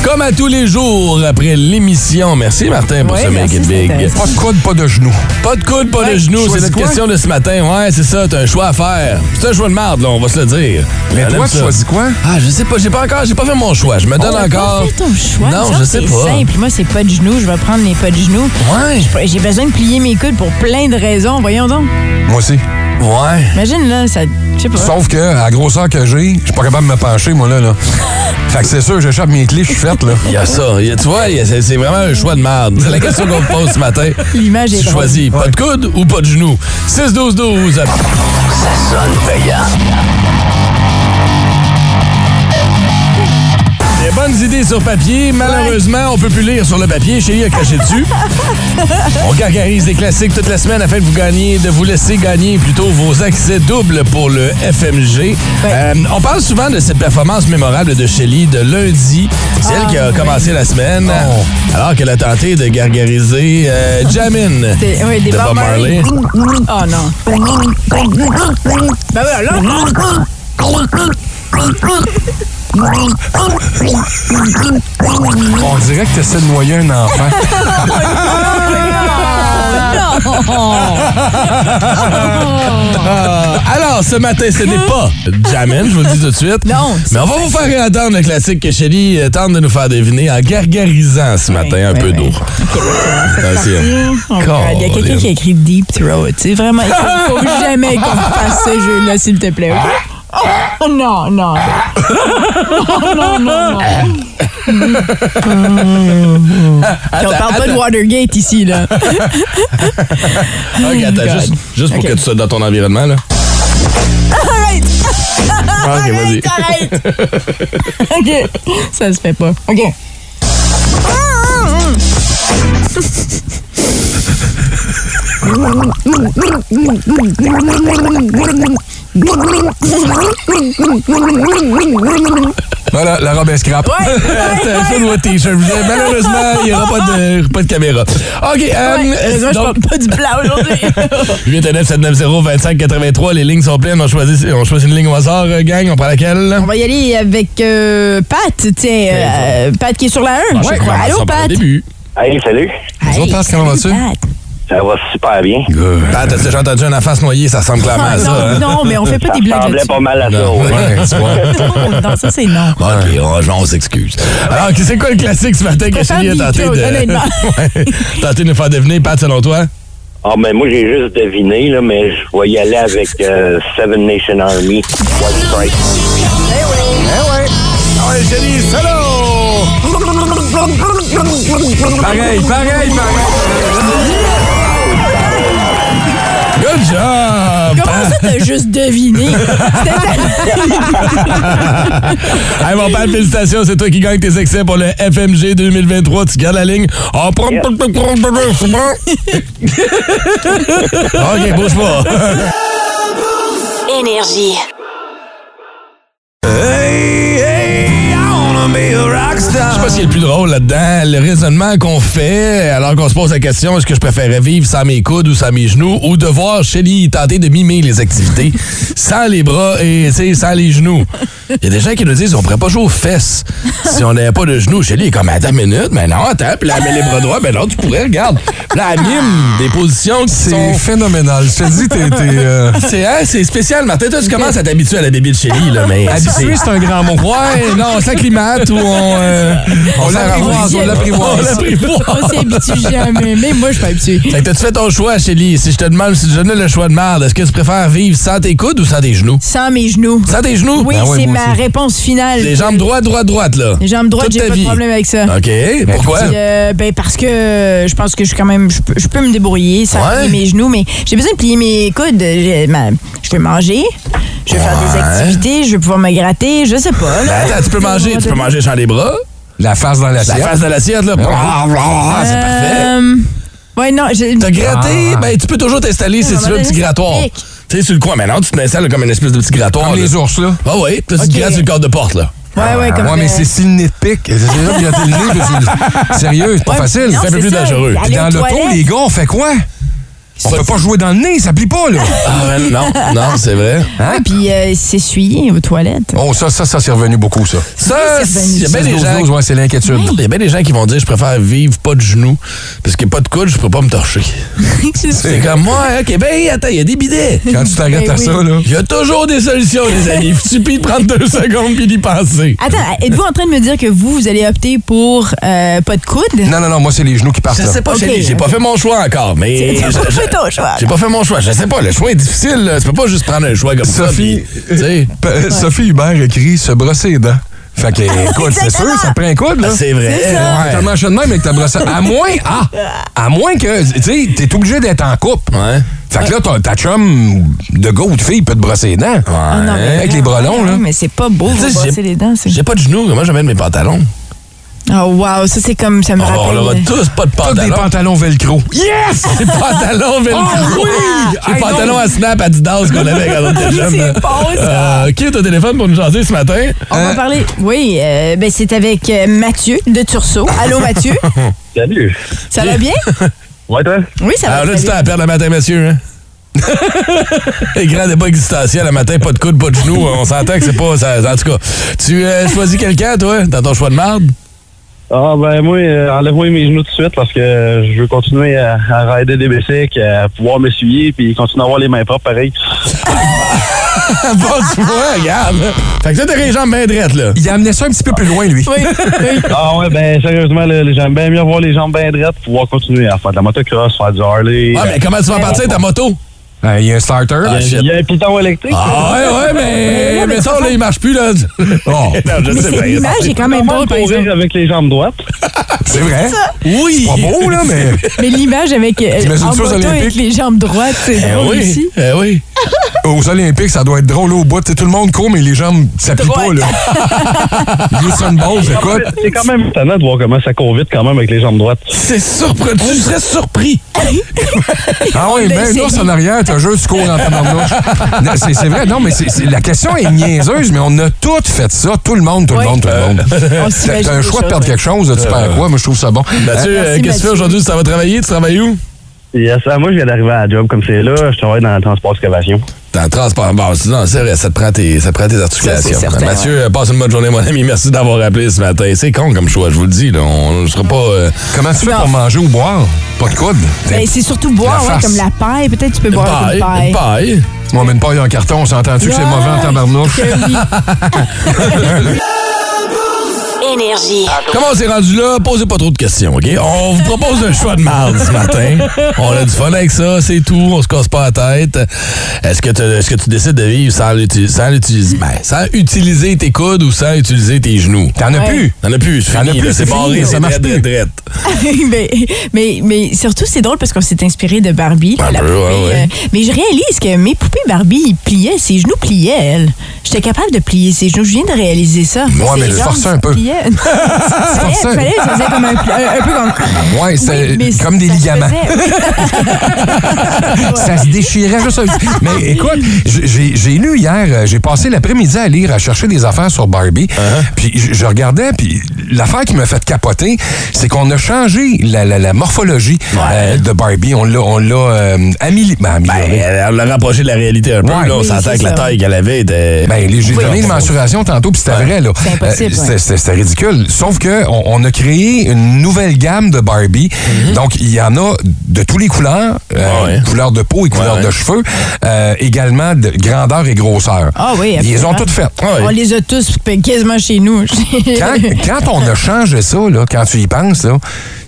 Speaker 3: Comme à tous les jours, après l'émission. Merci Martin pour
Speaker 5: Ouais,
Speaker 3: ce Make
Speaker 5: merci,
Speaker 3: It
Speaker 5: c'est
Speaker 3: Big.
Speaker 5: intéressant.
Speaker 6: Pas de coude, pas de genoux.
Speaker 3: Pas de coude, pas de
Speaker 6: Ouais,
Speaker 3: genoux, c'est
Speaker 6: choisis
Speaker 3: notre
Speaker 6: quoi?
Speaker 3: question de ce matin. Ouais, c'est ça, t'as un choix à faire. C'est un choix de marde, là, on va se le dire.
Speaker 6: Mais
Speaker 3: On
Speaker 6: toi,
Speaker 3: aime
Speaker 6: tu
Speaker 3: ça.
Speaker 6: choisis quoi?
Speaker 3: Ah, je sais pas, j'ai pas encore, j'ai pas fait mon choix. Je me donne encore.
Speaker 5: Fais ton choix.
Speaker 3: Non,
Speaker 5: Il me semble
Speaker 3: je sais
Speaker 5: que
Speaker 3: pas.
Speaker 5: C'est simple. Moi, c'est pas de genoux. Je vais prendre les pas de genoux.
Speaker 3: Ouais.
Speaker 5: J'ai pas- J'ai besoin de plier mes coudes pour plein de raisons. Voyons donc.
Speaker 6: Moi aussi.
Speaker 3: Ouais.
Speaker 5: Imagine, là, ça. Je sais pas.
Speaker 6: Sauf que, à la grosseur que j'ai, je suis pas capable de me pencher, moi, là. là. fait que c'est sûr, j'échappe mes clés, je suis faite, là.
Speaker 3: Il y a ça. Il y a- tu vois, il y a- c'est c'est vraiment un choix de merde. C'est la question qu'on te pose ce matin.
Speaker 5: L'image est
Speaker 3: Tu
Speaker 5: drôle.
Speaker 3: choisis pas de coude ou pas de genou. 6-12-12.
Speaker 11: Ça sonne payant.
Speaker 3: Des bonnes idées sur papier. Malheureusement, on peut plus lire sur le papier. Chérie a craché dessus. On gargarise des classiques toute la semaine afin de vous gagner, de vous laisser gagner plutôt vos accès doubles pour le FMG. Euh, on parle souvent de cette performance mémorable de Shelly de lundi, celle
Speaker 5: Ah,
Speaker 3: qui a commencé la semaine,
Speaker 5: Oh.
Speaker 3: alors qu'elle a tenté de gargariser euh, Jamin.
Speaker 5: C'est- ouais, des
Speaker 3: de
Speaker 5: Bob
Speaker 3: Bob
Speaker 5: Marley.
Speaker 3: Marley.
Speaker 5: Oh non. Ben voilà, là.
Speaker 6: On dirait que tu essaies de noyer un enfant.
Speaker 3: Ah, alors, ce matin, ce n'est pas Jamin, je vous le dis tout de suite.
Speaker 5: Non,
Speaker 3: Mais on va vous faire entendre le classique que Shelly euh, tente de nous faire deviner en gargarisant ce matin un
Speaker 5: oui,
Speaker 3: peu
Speaker 5: oui.
Speaker 3: d'eau. Attention.
Speaker 5: Oh God, Il y a quelqu'un
Speaker 3: Colin.
Speaker 5: qui a écrit Deep Throat. C'est vraiment. Il faut, faut jamais qu'on fasse ce jeu-là, s'il te plaît. Oh, non, non. Non, non, non, non. Mm. on parle pas de Watergate ici, là.
Speaker 3: Ok, attends,
Speaker 5: Oh God.
Speaker 3: juste, juste pour
Speaker 5: Ok.
Speaker 3: que tu sois dans ton environnement, là.
Speaker 5: Arrête! Ah,
Speaker 3: Ok, vas-y.
Speaker 5: Arrête! OK. Ça se fait pas. OK.
Speaker 6: Voilà, la robe est scrap.
Speaker 3: C'est un peu de votre t-shirt. Vous avez- Malheureusement, il n'y aura pas de, pas de caméra. OK, euh,
Speaker 5: Heureusement,
Speaker 3: donc,
Speaker 5: je parle pas du plat aujourd'hui.
Speaker 3: 819 790 25 83 les lignes sont pleines. On choisit, on choisit une ligne au hasard, euh, gang. On prend laquelle? là?
Speaker 5: On va y aller avec euh, Pat, tiens. euh, Pat qui est sur la 1.
Speaker 3: Ah, je sais
Speaker 5: Ouais.
Speaker 3: que maman
Speaker 5: Allô,
Speaker 3: s'en prend au
Speaker 5: Pat?
Speaker 3: début.
Speaker 12: Hey, salut.
Speaker 6: Bonjour,
Speaker 5: Hey,
Speaker 6: Pat, comment
Speaker 5: salut,
Speaker 6: vas-tu?
Speaker 5: Pat.
Speaker 12: Ça va super bien.
Speaker 3: Pat, t'as déjà entendu un enfant se noyer? Ça ressemble clairement
Speaker 5: Ah,
Speaker 3: à ça.
Speaker 5: non,
Speaker 3: hein?
Speaker 5: non, mais on fait pas
Speaker 12: Ça
Speaker 5: des blagues
Speaker 12: ressemblait
Speaker 5: là-dessus.
Speaker 12: pas mal à ça.
Speaker 3: Non,
Speaker 12: ouais.
Speaker 3: ouais, tu vois.
Speaker 5: Non, non, ça, c'est non.
Speaker 3: Bon, OK, on, on s'excuse. Alors, c'est quoi le classique ce matin que
Speaker 5: préfère
Speaker 3: Shelly a
Speaker 5: Deep
Speaker 3: tenté de...
Speaker 5: Throat, honnêtement.
Speaker 3: Ouais, tenté de nous faire deviner, Pat, selon toi?
Speaker 12: Ah, mais moi, j'ai juste deviné, là, mais je vais y aller avec euh, Seven Nation Army, White Stripes.
Speaker 5: Ben
Speaker 3: Ben Ouais, Shelly, solo!
Speaker 6: Pareil, pareil, pareil.
Speaker 3: Good job!
Speaker 5: Comment ça, t'as juste deviné?
Speaker 3: Hey, mon Pat, félicitations, c'est toi qui gagne tes excès pour le FMG 2023. Tu gardes la ligne. Oh, pom- pom- pom- pom- pom- pom- c'est bon. OK, bouge pas.
Speaker 1: Énergie.
Speaker 3: Je sais pas ce qui est le plus drôle là-dedans. Le raisonnement qu'on fait alors qu'on se pose la question est-ce que je préférais vivre sans mes coudes ou sans mes genoux ou devoir, Shelly, tenter de mimer les activités sans les bras et tu sais, sans les genoux. Il y a des gens qui nous disent on pourrait pas jouer aux fesses si on n'avait pas de genoux. Shelly est comme attends une minute, mais non, attends, puis là, elle met les bras droits, mais non, tu pourrais, regarde. Puis là, elle mime des positions qui
Speaker 6: C'est
Speaker 3: sont.
Speaker 6: phénoménal. Je te dis, t'es. t'es, euh,
Speaker 3: C'est hein, c'est spécial, Martin. Toi, tu commences à t'habituer à la débile Shelly, là, mais.
Speaker 6: Habitué, c'est un grand mot.
Speaker 3: Ouais, non, on s'acclimate ou on. euh,
Speaker 6: On
Speaker 3: s'en
Speaker 6: l'apprivoise,
Speaker 3: ramasse.
Speaker 6: on l'apprivoise.
Speaker 3: On l'apprivoise.
Speaker 5: On s'y habitue jamais. Mais moi, je suis pas habituée.
Speaker 3: Fait que t'as-tu fait ton choix, Shelly? Si je te demande si tu donnais le choix de merde, est-ce que tu préfères vivre sans tes coudes ou sans tes genoux?
Speaker 5: Sans mes genoux.
Speaker 3: Sans tes genoux?
Speaker 5: Oui,
Speaker 3: Ben ouais,
Speaker 5: c'est
Speaker 3: moi
Speaker 5: ma
Speaker 3: aussi.
Speaker 5: réponse finale.
Speaker 3: Les jambes droite, droite, droite, là.
Speaker 5: Les jambes droites,
Speaker 3: Toute
Speaker 5: j'ai
Speaker 3: ta
Speaker 5: pas
Speaker 3: vie.
Speaker 5: de problème avec ça.
Speaker 3: OK. Pourquoi?
Speaker 5: Puis, euh, ben parce que euh, je pense que je suis quand même je peux, je peux me débrouiller sans
Speaker 3: Ouais.
Speaker 5: plier mes genoux mais j'ai besoin de plier mes coudes J'ai- ma- je vais manger je vais faire des
Speaker 3: Ouais.
Speaker 5: activités je vais pouvoir me gratter je sais pas
Speaker 3: Ben
Speaker 5: là.
Speaker 3: attends, tu peux manger. Tu peux manger sans les bras.
Speaker 6: La face dans
Speaker 3: La
Speaker 6: l'assiette.
Speaker 3: face de l'assiette, là. Ah, c'est parfait.
Speaker 5: Euh, ouais non j'ai
Speaker 3: T'as gratté?
Speaker 6: Ah.
Speaker 3: Ben, tu peux toujours t'installer si
Speaker 5: Ouais,
Speaker 3: tu veux
Speaker 5: mais
Speaker 3: un petit
Speaker 5: c'est
Speaker 3: grattoir.
Speaker 5: pique.
Speaker 3: Tu sais, sur le coin. Maintenant, tu t'installes comme une espèce de petit grattoir.
Speaker 6: Comme
Speaker 3: là.
Speaker 6: les ours, là.
Speaker 3: Ah oui, puis là, tu te
Speaker 5: Ok.
Speaker 3: grattes sur le corps de porte, là.
Speaker 5: ouais ouais comme
Speaker 6: Oh, ouais, mais
Speaker 5: euh,
Speaker 6: c'est si le nez te pique. C'est déjà de gratter le nez. puis tu- Sérieux, c'est pas
Speaker 5: Ouais,
Speaker 6: facile.
Speaker 5: non,
Speaker 3: C'est un peu
Speaker 5: c'est
Speaker 3: plus
Speaker 5: ça.
Speaker 3: dangereux.
Speaker 5: Aller
Speaker 6: Puis
Speaker 5: aux
Speaker 6: dans l'auto,
Speaker 5: toilettes.
Speaker 6: les gars, on fait quoi? On peut pas jouer dans le nez, ça plie pas, là.
Speaker 3: Ah, ben, non, non, c'est vrai.
Speaker 5: ouais, puis euh, s'essuyer aux toilettes
Speaker 6: Oh, ça, ça, ça, c'est revenu beaucoup, ça.
Speaker 3: Ça,
Speaker 5: c'est
Speaker 3: il y a bien des
Speaker 6: 16-12-12,
Speaker 3: gens
Speaker 6: ouais, c'est l'inquiétude.
Speaker 5: Ben
Speaker 3: Il y a bien des gens qui vont dire je préfère vivre pas de genoux parce que pas de coude, je peux pas me torcher. C'est comme moi, OK, ben attends, il y a des bidets.
Speaker 6: Quand tu t'arrêtes
Speaker 5: Ben
Speaker 6: à
Speaker 5: oui.
Speaker 6: ça, là.
Speaker 3: Il y a toujours des solutions, les amis. Il suffit de prendre deux secondes puis d'y penser.
Speaker 5: attends êtes-vous en train de me dire que vous vous allez opter pour euh, pas de coude
Speaker 6: Non, non, non, moi, c'est les genoux qui partent,
Speaker 3: Je
Speaker 6: là.
Speaker 3: sais pas,
Speaker 5: Ok,
Speaker 3: Chélie, j'ai
Speaker 5: ok.
Speaker 3: pas fait mon choix encore, mais.
Speaker 5: T'as
Speaker 3: je-
Speaker 5: pas
Speaker 3: je-
Speaker 5: fait ton choix,
Speaker 3: J'ai pas fait mon choix. Je sais pas, le choix est difficile. là. Tu peux pas juste prendre un choix comme
Speaker 6: Sophie.
Speaker 3: ça. puis, tu sais,
Speaker 6: P- Sophie Hubert écrit se brosser les dents. Fait que, écoute, c'est sûr, ça te prend un coude, là.
Speaker 3: Ah, c'est vrai.
Speaker 6: Ouais, T'as le
Speaker 3: ouais.
Speaker 6: manche de même avec ta brosse à... à moins, ah, à moins que, tu sais, t'es obligé d'être en couple.
Speaker 3: Ouais.
Speaker 6: Fait que là, ton- ta chum de gars ou de fille peut te brosser les dents.
Speaker 5: Ah non, mais
Speaker 6: Avec les
Speaker 5: non,
Speaker 6: bras longs, là.
Speaker 5: non, mais c'est pas beau
Speaker 3: Tu sais,
Speaker 5: vous
Speaker 3: j'ai-
Speaker 5: brosser les dents c'est
Speaker 3: J'ai pas de genoux, comment j'amène mes pantalons?
Speaker 5: oh wow ça c'est comme ça me
Speaker 3: On on
Speaker 5: rappelle euh,
Speaker 3: aura tous pas Oh, de
Speaker 6: T'as des
Speaker 3: pantalons.
Speaker 6: pantalons velcro.
Speaker 3: Yes! Les pantalons velcro.
Speaker 6: oui!
Speaker 3: Les
Speaker 6: Hey,
Speaker 3: pantalons
Speaker 6: donc-
Speaker 3: à snap à Didas qu'on avait quand on était jeune.
Speaker 5: C'est bon, ça.
Speaker 3: Euh, qui est au téléphone pour nous jaser ce matin?
Speaker 5: On va parler. Oui, euh, ben c'est avec euh, Mathieu de Turceau. Allô Mathieu,
Speaker 12: Salut.
Speaker 5: ça va bien
Speaker 12: Ouais, toi?
Speaker 5: Oui, ça va.
Speaker 3: Alors ah, là,
Speaker 5: très
Speaker 3: tu t'as à perdre le matin, monsieur. Hein? Grand débat existentiel le matin, pas de coude, pas de genou. On s'entend que c'est pas. ça- en tout cas, tu euh, choisis quelqu'un, toi, dans ton choix de marde?
Speaker 12: Ah ben moi, euh, enlève-moi mes genoux tout de suite parce que euh, je veux continuer à, à rider des bicycles, à pouvoir m'essuyer puis continuer à avoir les mains propres pareil.
Speaker 3: bon, tu vois, regarde. Fait que toi, t'as les jambes bien drettes, là.
Speaker 6: Il a amené ça un petit peu plus loin, lui.
Speaker 12: Ah ouais, ben sérieusement, là, les jambes bien mieux avoir les jambes bien droites, pouvoir continuer à faire de la motocross, faire du Harley.
Speaker 3: Ah, mais comment tu vas partir ta moto?
Speaker 6: Euh, Il y a un starter.
Speaker 3: Ah, shit.
Speaker 12: Il y a un piton électrique.
Speaker 3: Ah, ouais, ouais, mais. Mais ça, là, il marche plus, là.
Speaker 6: Oh,
Speaker 3: Non, je sais
Speaker 5: C'est-
Speaker 3: pas.
Speaker 5: L'image est quand même
Speaker 12: Comment
Speaker 5: bonne, par
Speaker 12: courir
Speaker 5: exemple.
Speaker 12: avec les jambes droites.
Speaker 6: c'est vrai.
Speaker 3: Oui!
Speaker 6: Pas beau, là, mais.
Speaker 5: Mais l'image avec euh,
Speaker 6: T'imagines
Speaker 5: en
Speaker 6: ça aux
Speaker 5: moto avec
Speaker 6: Olympiques?
Speaker 5: les jambes droites, c'est
Speaker 6: Ah,
Speaker 3: Eh
Speaker 5: drôle
Speaker 3: oui!
Speaker 5: aussi.
Speaker 3: Eh oui!
Speaker 6: Aux Olympiques, ça doit être drôle au bout. Tu sais, tout le monde court, mais les jambes s'appuient pas, là. Usain Bolt, écoute.
Speaker 12: C'est quand même étonnant de voir comment ça court vite quand même avec les jambes droites.
Speaker 3: C'est surprenant. Tu serais surpris.
Speaker 6: Ah oui, mais un ours en arrière, t'as juste tu cours en tabarnouche. Non, c'est- C'est vrai, non, mais c'est- c'est- la question est niaiseuse, mais on a toutes fait ça. Tout le monde, tout le monde, tout le monde.
Speaker 5: Euh, On
Speaker 6: T'as
Speaker 5: s'imagine
Speaker 6: t'as un
Speaker 5: des
Speaker 6: choix de
Speaker 5: choses,
Speaker 6: perdre
Speaker 5: ouais.
Speaker 6: quelque chose, tu perds quoi? Moi, je trouve ça bon.
Speaker 3: Mathieu,
Speaker 5: Merci,
Speaker 3: euh, qu'est-ce que tu fais
Speaker 5: Mathieu.
Speaker 3: aujourd'hui? Tu vas travailler? Tu travailles où?
Speaker 12: Yes, ah, moi, je viens d'arriver à la job comme c'est là. Je travaille dans le transport excavation.
Speaker 3: Dans le transport. Bon, sinon, c'est vrai, ça te prend tes, ça te prend tes articulations. Mathieu, euh, passe une bonne journée, mon ami. Merci d'avoir appelé ce matin. C'est con comme choix, je vous le dis. Là. On ne sera pas. euh,
Speaker 6: Comment tu fais pour manger ou boire? Pas de coude.
Speaker 5: Ben,
Speaker 6: Tu
Speaker 5: c'est surtout boire,
Speaker 6: La
Speaker 5: ouais,
Speaker 6: face.
Speaker 5: comme la paille. Peut-être tu peux boire avec une
Speaker 3: paille.
Speaker 5: paille.
Speaker 3: paille.
Speaker 6: m'en mets une paille en carton, on s'entend-tu que c'est mauvais en tabarnouche?
Speaker 1: Énergie.
Speaker 3: Comment on s'est rendu là? Posez pas trop de questions, OK? On vous propose un choix de marde ce matin. On a du fun avec ça, c'est tout. On se casse pas la tête. Est-ce que, est que tu décides de vivre sans, l'uti- sans, l'utiliser- ben, sans utiliser tes coudes ou sans utiliser tes genoux?
Speaker 6: T'en as plus?
Speaker 3: T'en as plus, c'est
Speaker 6: T'en as
Speaker 3: fini,
Speaker 6: plus,
Speaker 3: là, c'est
Speaker 6: c'est
Speaker 3: barré,
Speaker 6: fini,
Speaker 3: c'est
Speaker 6: ça marche
Speaker 3: drette,
Speaker 6: plus.
Speaker 3: drette, drette.
Speaker 5: mais, mais, mais surtout, c'est drôle parce qu'on s'est inspiré de Barbie.
Speaker 6: Bah,
Speaker 3: Un
Speaker 5: la
Speaker 3: peu,
Speaker 5: poupée,
Speaker 3: ouais, ouais.
Speaker 5: euh, mais je réalise que mes poupées Barbie, ils pliaient, ses genoux pliaient, elles. J'étais capable de plier ses genoux. Je viens de réaliser ça. Moi,
Speaker 6: mais
Speaker 5: ses
Speaker 6: tu
Speaker 5: jambes
Speaker 6: forçais un peu.
Speaker 5: pliaient. Il fallait,
Speaker 6: forçais.
Speaker 5: il fallait, ça faisait comme un, pli- un- un peu comme...
Speaker 6: Ah, Ouais, c'est
Speaker 5: Oui, mais
Speaker 6: comme des
Speaker 5: ça se
Speaker 6: ligaments.
Speaker 5: faisait.
Speaker 6: Ça se déchirait juste un petit- Mais écoute, j'ai- j'ai j'ai lu hier, euh, j'ai passé l'après-midi à lire, à chercher des affaires sur Barbie. Puis je je regardais, puis l'affaire qui m'a fait capoter, c'est qu'on a changé la, la- la morphologie euh, de Barbie. On l'a on l'a, euh, amili- ben, améliorée.
Speaker 3: Ben, on l'a rapproché de la réalité un peu.
Speaker 6: Ouais.
Speaker 3: là, on
Speaker 6: Oui,
Speaker 3: s'entend
Speaker 5: c'est
Speaker 3: que la
Speaker 5: ça.
Speaker 3: taille qu'elle avait était.
Speaker 6: Ben, les- j'ai donné une mensuration tantôt, puis c'était vrai, là.
Speaker 5: C'est impossible,
Speaker 6: Euh,
Speaker 5: ouais.
Speaker 6: c'était- C'était c'était ridicule. Sauf que on, on a créé une nouvelle gamme de Barbie.
Speaker 5: Mm-hmm.
Speaker 6: Donc, il y en a de tous les couleurs,
Speaker 5: Ah
Speaker 6: euh,
Speaker 3: Ouais.
Speaker 6: couleurs de peau et couleurs
Speaker 3: Ouais.
Speaker 6: de cheveux, euh, également de grandeur et grosseur.
Speaker 5: Ah oui,
Speaker 6: Ils les ont
Speaker 5: absolument. Ah
Speaker 6: toutes faites.
Speaker 3: Ouais.
Speaker 5: On les a tous quasiment chez nous.
Speaker 6: Quand, quand on a changé ça, là, quand tu y penses, là,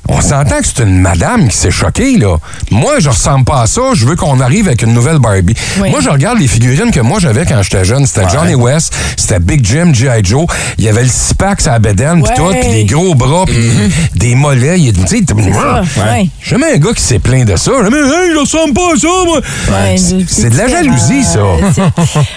Speaker 6: on s'entend que c'est une madame qui s'est choquée. Là. Moi, je ressemble pas à ça. Je veux qu'on arrive avec une nouvelle Barbie.
Speaker 5: Oui.
Speaker 6: Moi, je regarde les figurines que moi j'avais quand j'étais jeune. C'était Johnny West, c'était Big Jim, G.I. Joe. Il y avait le six-pack, sa bedaine, puis tout,
Speaker 5: Ouais.
Speaker 6: puis des gros bras, puis
Speaker 3: Mm-hmm.
Speaker 6: des mollets. Il- tu sais, t'es-
Speaker 5: ça, ouais.
Speaker 6: J'ai jamais un gars qui s'est plaint de ça. J'ai jamais, hey, je ressemble pas à ça, moi.
Speaker 5: Ouais,
Speaker 6: C'est- C'est de la jalousie, ça.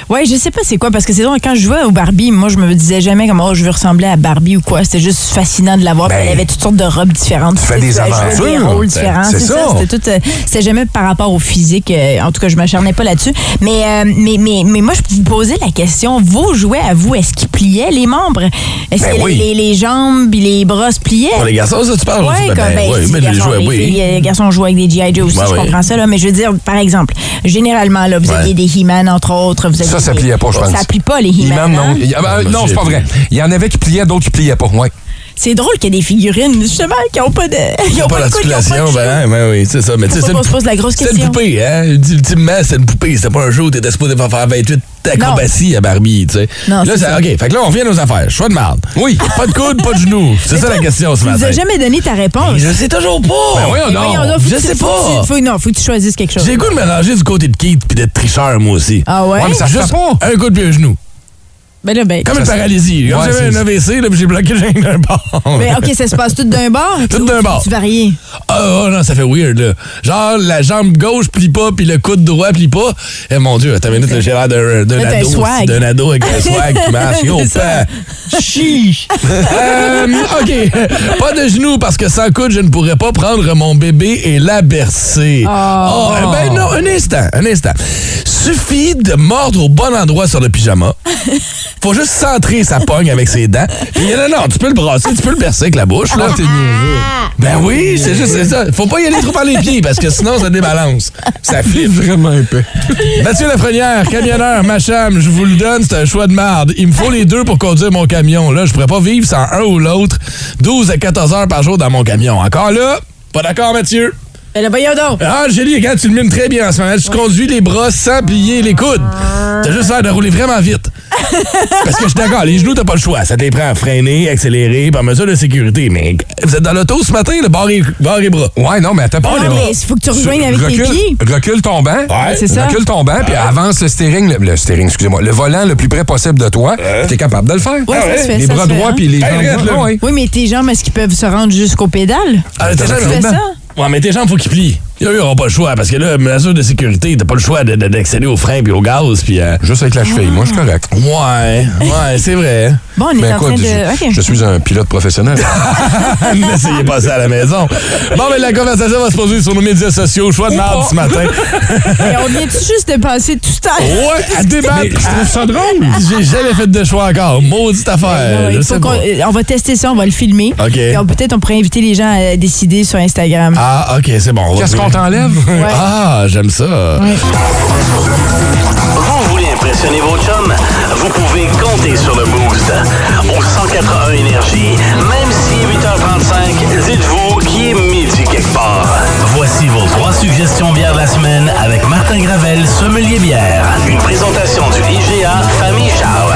Speaker 5: Ouais, je sais pas c'est quoi, parce que c'est drôle, quand je jouais au Barbie, moi, je me disais jamais comme, oh, je veux ressembler à Barbie ou quoi. C'était juste fascinant de la voir.
Speaker 6: Ben,
Speaker 5: puis elle avait toutes sortes de robes différentes.
Speaker 6: tu fais des
Speaker 5: Elle jouait Des
Speaker 6: aventures.
Speaker 5: rôles
Speaker 6: C'est-
Speaker 5: différents.
Speaker 6: c'est
Speaker 5: C'est ça.
Speaker 6: ça.
Speaker 5: C'était tout, euh, c'était jamais par rapport au physique. euh, en tout cas, je m'acharnais pas là-dessus. Mais, euh, mais, mais, mais moi, je vous posais la question, vos jouets à vous, est-ce qu'ils pliaient les membres? Est-ce
Speaker 6: Ben
Speaker 5: que
Speaker 6: oui.
Speaker 5: les, les- les jambes puis les bras se pliaient?
Speaker 3: Pour les garçons, ça, tu parles?
Speaker 5: Ouais,
Speaker 3: Ben,
Speaker 5: comme ben,
Speaker 3: ouais,
Speaker 5: si
Speaker 3: mais
Speaker 5: les
Speaker 3: les
Speaker 5: garçons,
Speaker 3: jouets,
Speaker 5: les
Speaker 3: oui.
Speaker 5: filles, les garçons jouent avec des G.I. Joe aussi,
Speaker 3: Ouais,
Speaker 5: je
Speaker 3: ouais.
Speaker 5: comprends ça, là, mais je veux dire, par exemple, généralement, là, vous
Speaker 3: Ouais.
Speaker 5: aviez des He-Man, entre autres. Vous aviez
Speaker 6: Ça, ça
Speaker 5: des-
Speaker 6: pliait pas, je pense.
Speaker 5: Ça plie pas, les He-Man.
Speaker 6: Imam, non.
Speaker 5: hein?
Speaker 6: Il y a- ben,
Speaker 13: Ah, bah,
Speaker 3: Non,
Speaker 6: non, c'est pas
Speaker 3: monsieur.
Speaker 6: vrai. Il y en avait qui pliaient, d'autres qui pliaient pas. Ouais.
Speaker 5: C'est drôle qu'il y ait des figurines, justement, qui n'ont pas de. Qui
Speaker 3: Pas l'articulation, ben, ben oui, c'est ça. Mais tu sais,
Speaker 5: Faut
Speaker 3: c'est une-
Speaker 5: pas qu'on se pose la grosse
Speaker 3: c'est une
Speaker 5: question.
Speaker 3: poupée, hein? Ultimement, c'est une poupée. C'était pas un jour où t'étais supposé faire faire 28 acrobaties à Barbie, tu sais.
Speaker 5: Non,
Speaker 3: Là,
Speaker 5: c'est
Speaker 3: ça-
Speaker 5: ça.
Speaker 3: OK, fait que là, on revient à nos affaires. Choix de marde. Oui. Pas de coude, pas de genoux. C'est ça la question ce
Speaker 5: Tu nous
Speaker 3: matin.
Speaker 5: as jamais donné ta réponse.
Speaker 3: Je sais toujours pas. Ben voyons
Speaker 5: Mais voyons donc, faut
Speaker 3: Je
Speaker 5: que tu-
Speaker 3: sais
Speaker 5: faut
Speaker 3: pas.
Speaker 5: que tu- faut- non, faut que tu choisisses quelque chose.
Speaker 3: J'ai le goût de me ranger du côté de Keith puis d'être tricheur, moi aussi.
Speaker 5: Ah ouais?
Speaker 6: Ouais, mais ça se fait
Speaker 3: Juste
Speaker 6: pas.
Speaker 3: un coup de pied à genou.
Speaker 5: Ben là, ben.
Speaker 3: Comme une
Speaker 6: Ça se-
Speaker 3: paralysie. Comme
Speaker 6: Ouais,
Speaker 3: j'avais
Speaker 6: c'est-
Speaker 3: un AVC, là, puis j'ai bloqué j'ai d'un bord.
Speaker 5: Ben, OK, ça se passe tout d'un bord.
Speaker 3: Tout d'un bord.
Speaker 5: Tu varies.
Speaker 3: Ah, ah, non, ça fait weird, là. Genre, la jambe gauche plie pas, puis le coude droit plie pas. Eh, mon Dieu, t'as minute, là, j'ai l'air d'un, d'un
Speaker 5: Là, t'as un
Speaker 3: ado.
Speaker 5: swag.
Speaker 3: D'un ado avec un swag qui marche. Yo,
Speaker 5: C'est ça.
Speaker 3: pan. Chiche. Euh, OK. Pas de genoux, parce que sans coude, je ne pourrais pas prendre mon bébé et la bercer. Oh, eh ben non, un instant, un instant. Suffit de mordre au bon endroit sur le pyjama. Faut juste centrer sa pogne avec ses dents. Puis non, non, tu peux le brasser, tu peux le percer avec la bouche. Là. Ben oui, c'est juste c'est ça. Faut pas y aller trop par les pieds parce que sinon ça débalance. Ça flippe.
Speaker 6: Vraiment un peu.
Speaker 3: Mathieu Lafrenière, camionneur, ma chame, je vous le donne, c'est un choix de marde. Il me faut les deux pour conduire mon camion. Là, je pourrais pas vivre sans un ou l'autre 12 à 14 heures par jour dans mon camion. Encore là, pas d'accord, Mathieu?
Speaker 5: Ben, le voyons donc.
Speaker 3: Ah, Julie, regarde, tu le mimes très bien en ce moment. Tu conduis les bras sans plier les coudes.
Speaker 5: Ah.
Speaker 3: T'as juste l'air de rouler vraiment vite. Parce que je suis d'accord, les genoux, t'as pas le choix. Ça te les prend à freiner, accélérer, par mesure de sécurité. Mais vous êtes dans l'auto ce matin, le barre et, barre et bras.
Speaker 6: Ouais, non, mais attends pas.
Speaker 5: Non, mais il faut que tu rejoignes avec tes
Speaker 6: recule,
Speaker 5: pieds.
Speaker 6: Recule ton banc.
Speaker 3: Ouais.
Speaker 5: C'est ça.
Speaker 6: Recule ton banc, puis
Speaker 13: Ah.
Speaker 6: avance le steering, le, le steering, excusez-moi, le volant le plus près possible de toi. Tu T'es capable de le faire.
Speaker 13: Ah
Speaker 5: Ouais, ça se fait,
Speaker 6: les
Speaker 5: ça
Speaker 6: bras
Speaker 5: se fait,
Speaker 6: droits
Speaker 5: hein.
Speaker 6: puis les
Speaker 3: Hey,
Speaker 6: jambes
Speaker 3: regarde,
Speaker 6: droits.
Speaker 3: là.
Speaker 6: ouais.
Speaker 5: Oui, mais tes jambes, est-ce qu'ils peuvent se rendre jusqu'aux pédales?
Speaker 3: Ah, t'es
Speaker 5: Tu fais ça?
Speaker 3: Ouais, mais tes gens, faut qu'ils plient. Là, eux, ils auront pas le choix, parce que là, mesure de sécurité, t'as pas le choix de- de- d'accéder au frein puis au gaz, puis... euh,
Speaker 6: Juste avec la cheville, moi, je suis correct.
Speaker 3: Ouais, ouais, c'est vrai.
Speaker 5: Bon, on est
Speaker 6: Mais
Speaker 5: en
Speaker 6: Ben, quoi,
Speaker 5: train Ah. de.
Speaker 6: je,
Speaker 5: OK.
Speaker 6: je suis un pilote professionnel.
Speaker 3: N'essayez pas ça à la maison. Bon, mais la conversation va se poser sur nos médias sociaux. Choix de marde ce matin.
Speaker 5: Et Ben, on vient-tu juste de passer tout ça?
Speaker 3: Ouais, à débattre. je trouve ça drôle. J'ai jamais fait de choix encore. Maudite affaire.
Speaker 5: Ouais,
Speaker 3: Je
Speaker 5: il faut
Speaker 3: sais
Speaker 5: qu'on-
Speaker 3: pas.
Speaker 5: euh, on va tester ça, on va le filmer.
Speaker 3: OK.
Speaker 5: Puis on- Peut-être on pourrait inviter les gens à décider sur Instagram.
Speaker 3: Ah, OK, c'est bon. on va
Speaker 6: Qu'est-ce
Speaker 3: trouver.
Speaker 6: qu'on t'enlève?
Speaker 3: Ah, j'aime ça.
Speaker 11: Vous voulez impressionner vos chums? Vous pouvez compter sur le Boost. Au 181 Énergie, même si 8h35, dites-vous qu'il est midi quelque part. Voici vos trois suggestions bières de la semaine avec Martin Gravel, sommelier bière. Une présentation du IGA Famille Charles.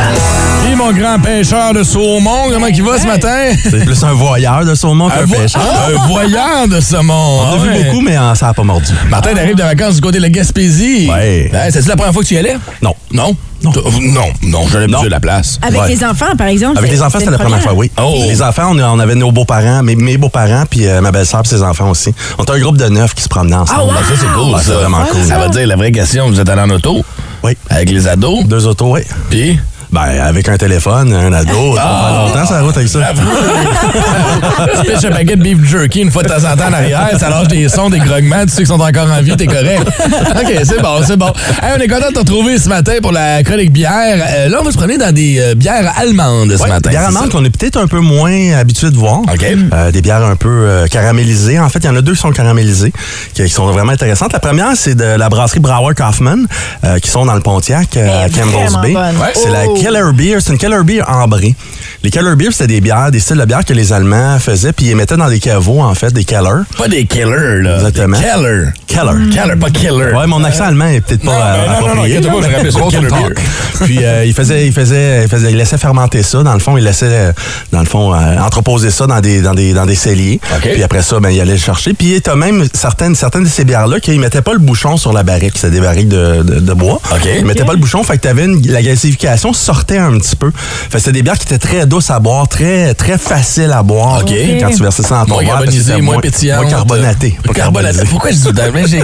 Speaker 3: Et mon grand pêcheur de saumon, comment il va ce matin?
Speaker 13: C'est plus un voyeur de saumon
Speaker 3: Un,
Speaker 13: qu'un
Speaker 3: vo- Ah,
Speaker 13: pêcheur.
Speaker 3: un voyant de saumon.
Speaker 13: On a
Speaker 3: Ah
Speaker 13: vu
Speaker 3: ouais.
Speaker 13: beaucoup, mais euh, ça n'a pas mordu.
Speaker 3: Martin, t'arrives de vacances du côté de la Gaspésie.
Speaker 13: Ouais.
Speaker 3: C'est-tu la première fois que tu y allais?
Speaker 13: Non.
Speaker 3: Non? Non. Non, non, j'allais
Speaker 13: Non.
Speaker 3: plus de la place.
Speaker 5: Avec
Speaker 13: ouais.
Speaker 5: les enfants, par exemple.
Speaker 13: Avec
Speaker 5: c'est-
Speaker 13: les enfants, c'était la
Speaker 5: une
Speaker 13: première fois, oui.
Speaker 3: Oh.
Speaker 13: Les enfants, on, on avait nos beaux-parents, mes, mes beaux-parents, puis euh, ma belle-sœur, puis ses enfants aussi. On était un groupe de neuf qui se promenait ensemble.
Speaker 3: Ah, ça, c'est cool,
Speaker 13: Ouais, c'est
Speaker 3: ça.
Speaker 13: vraiment cool.
Speaker 3: Ça veut dire la vraie question, vous êtes allé en auto?
Speaker 13: Oui.
Speaker 3: Avec les ados?
Speaker 13: Deux autos, oui.
Speaker 3: Puis?
Speaker 13: Ben, avec un téléphone, un
Speaker 5: Ah.
Speaker 13: ado, ça fait longtemps, ça route avec ça.
Speaker 3: tu pêches un paquet de beef jerky une fois de temps en temps en arrière, ça lâche des sons, des grognements, tu sais qu'ils sont encore en vie, t'es correct. OK, c'est bon, c'est bon. Hey, on est content de te retrouver ce matin pour la chronique bière. Euh, là, on va se promener dans des euh, bières allemandes Mm. ce
Speaker 13: Ouais,
Speaker 3: matin.
Speaker 13: bières
Speaker 3: c'est
Speaker 13: allemandes
Speaker 3: ça?
Speaker 13: qu'on est peut-être un peu moins habitué de voir.
Speaker 3: OK.
Speaker 13: Euh, des bières un peu euh, caramélisées. En fait, il y en a deux qui sont caramélisées, qui, qui sont vraiment intéressantes. La première, c'est de la brasserie Brauer Kaufman, euh, qui sont dans le Pontiac, euh, à
Speaker 5: Elle est
Speaker 13: Campbell's
Speaker 5: vraiment
Speaker 13: Bay.
Speaker 5: bonne. Ouais.
Speaker 13: C'est la
Speaker 5: Oh.
Speaker 13: Keller Beer. C'est une Keller Beer ambrée. Les Keller Beer, c'était des bières, des styles de bières que les Allemands faisaient, puis ils mettaient dans des caveaux, en fait, des Keller.
Speaker 3: Pas des killers, là.
Speaker 13: Exactement.
Speaker 3: Des Keller.
Speaker 13: Keller.
Speaker 3: Keller, pas killer.
Speaker 13: Ouais, mon accent allemand est peut-être pas
Speaker 3: mais non,
Speaker 13: euh,
Speaker 3: non, non,
Speaker 13: approprié.
Speaker 3: inquiète-toi pas, je rappelle ça,
Speaker 13: Gros
Speaker 3: Keller
Speaker 13: talk.
Speaker 3: Beer.
Speaker 13: Puis euh, il faisait, il faisait, il faisait, il laissait fermenter ça. Dans le fond, il laissait, euh, dans le fond, euh, entreposer ça dans des, dans des, dans des celliers.
Speaker 3: OK.
Speaker 13: Puis après ça, ben il allait le chercher. Puis t'as même certaines, certaines de ces bières-là qu'ils mettaient pas le bouchon sur la barrique. C'était des barriques de, de, de bois.
Speaker 3: OK.
Speaker 13: Ils mettaient pas le bouchon, fait que t'avais une, la gasification sortait un petit peu. Fait que c'était des bières qui étaient très douces à boire, très, très faciles à boire. euh,
Speaker 3: OK.
Speaker 13: Quand tu versais ça dans ton
Speaker 3: Moins
Speaker 13: verre, parce que
Speaker 3: carbonisé,
Speaker 13: c'était
Speaker 3: moins, pétillant.
Speaker 13: Moins carbonaté. Pas
Speaker 3: Carbonaté. Pourquoi je dis ça? Mais J'ai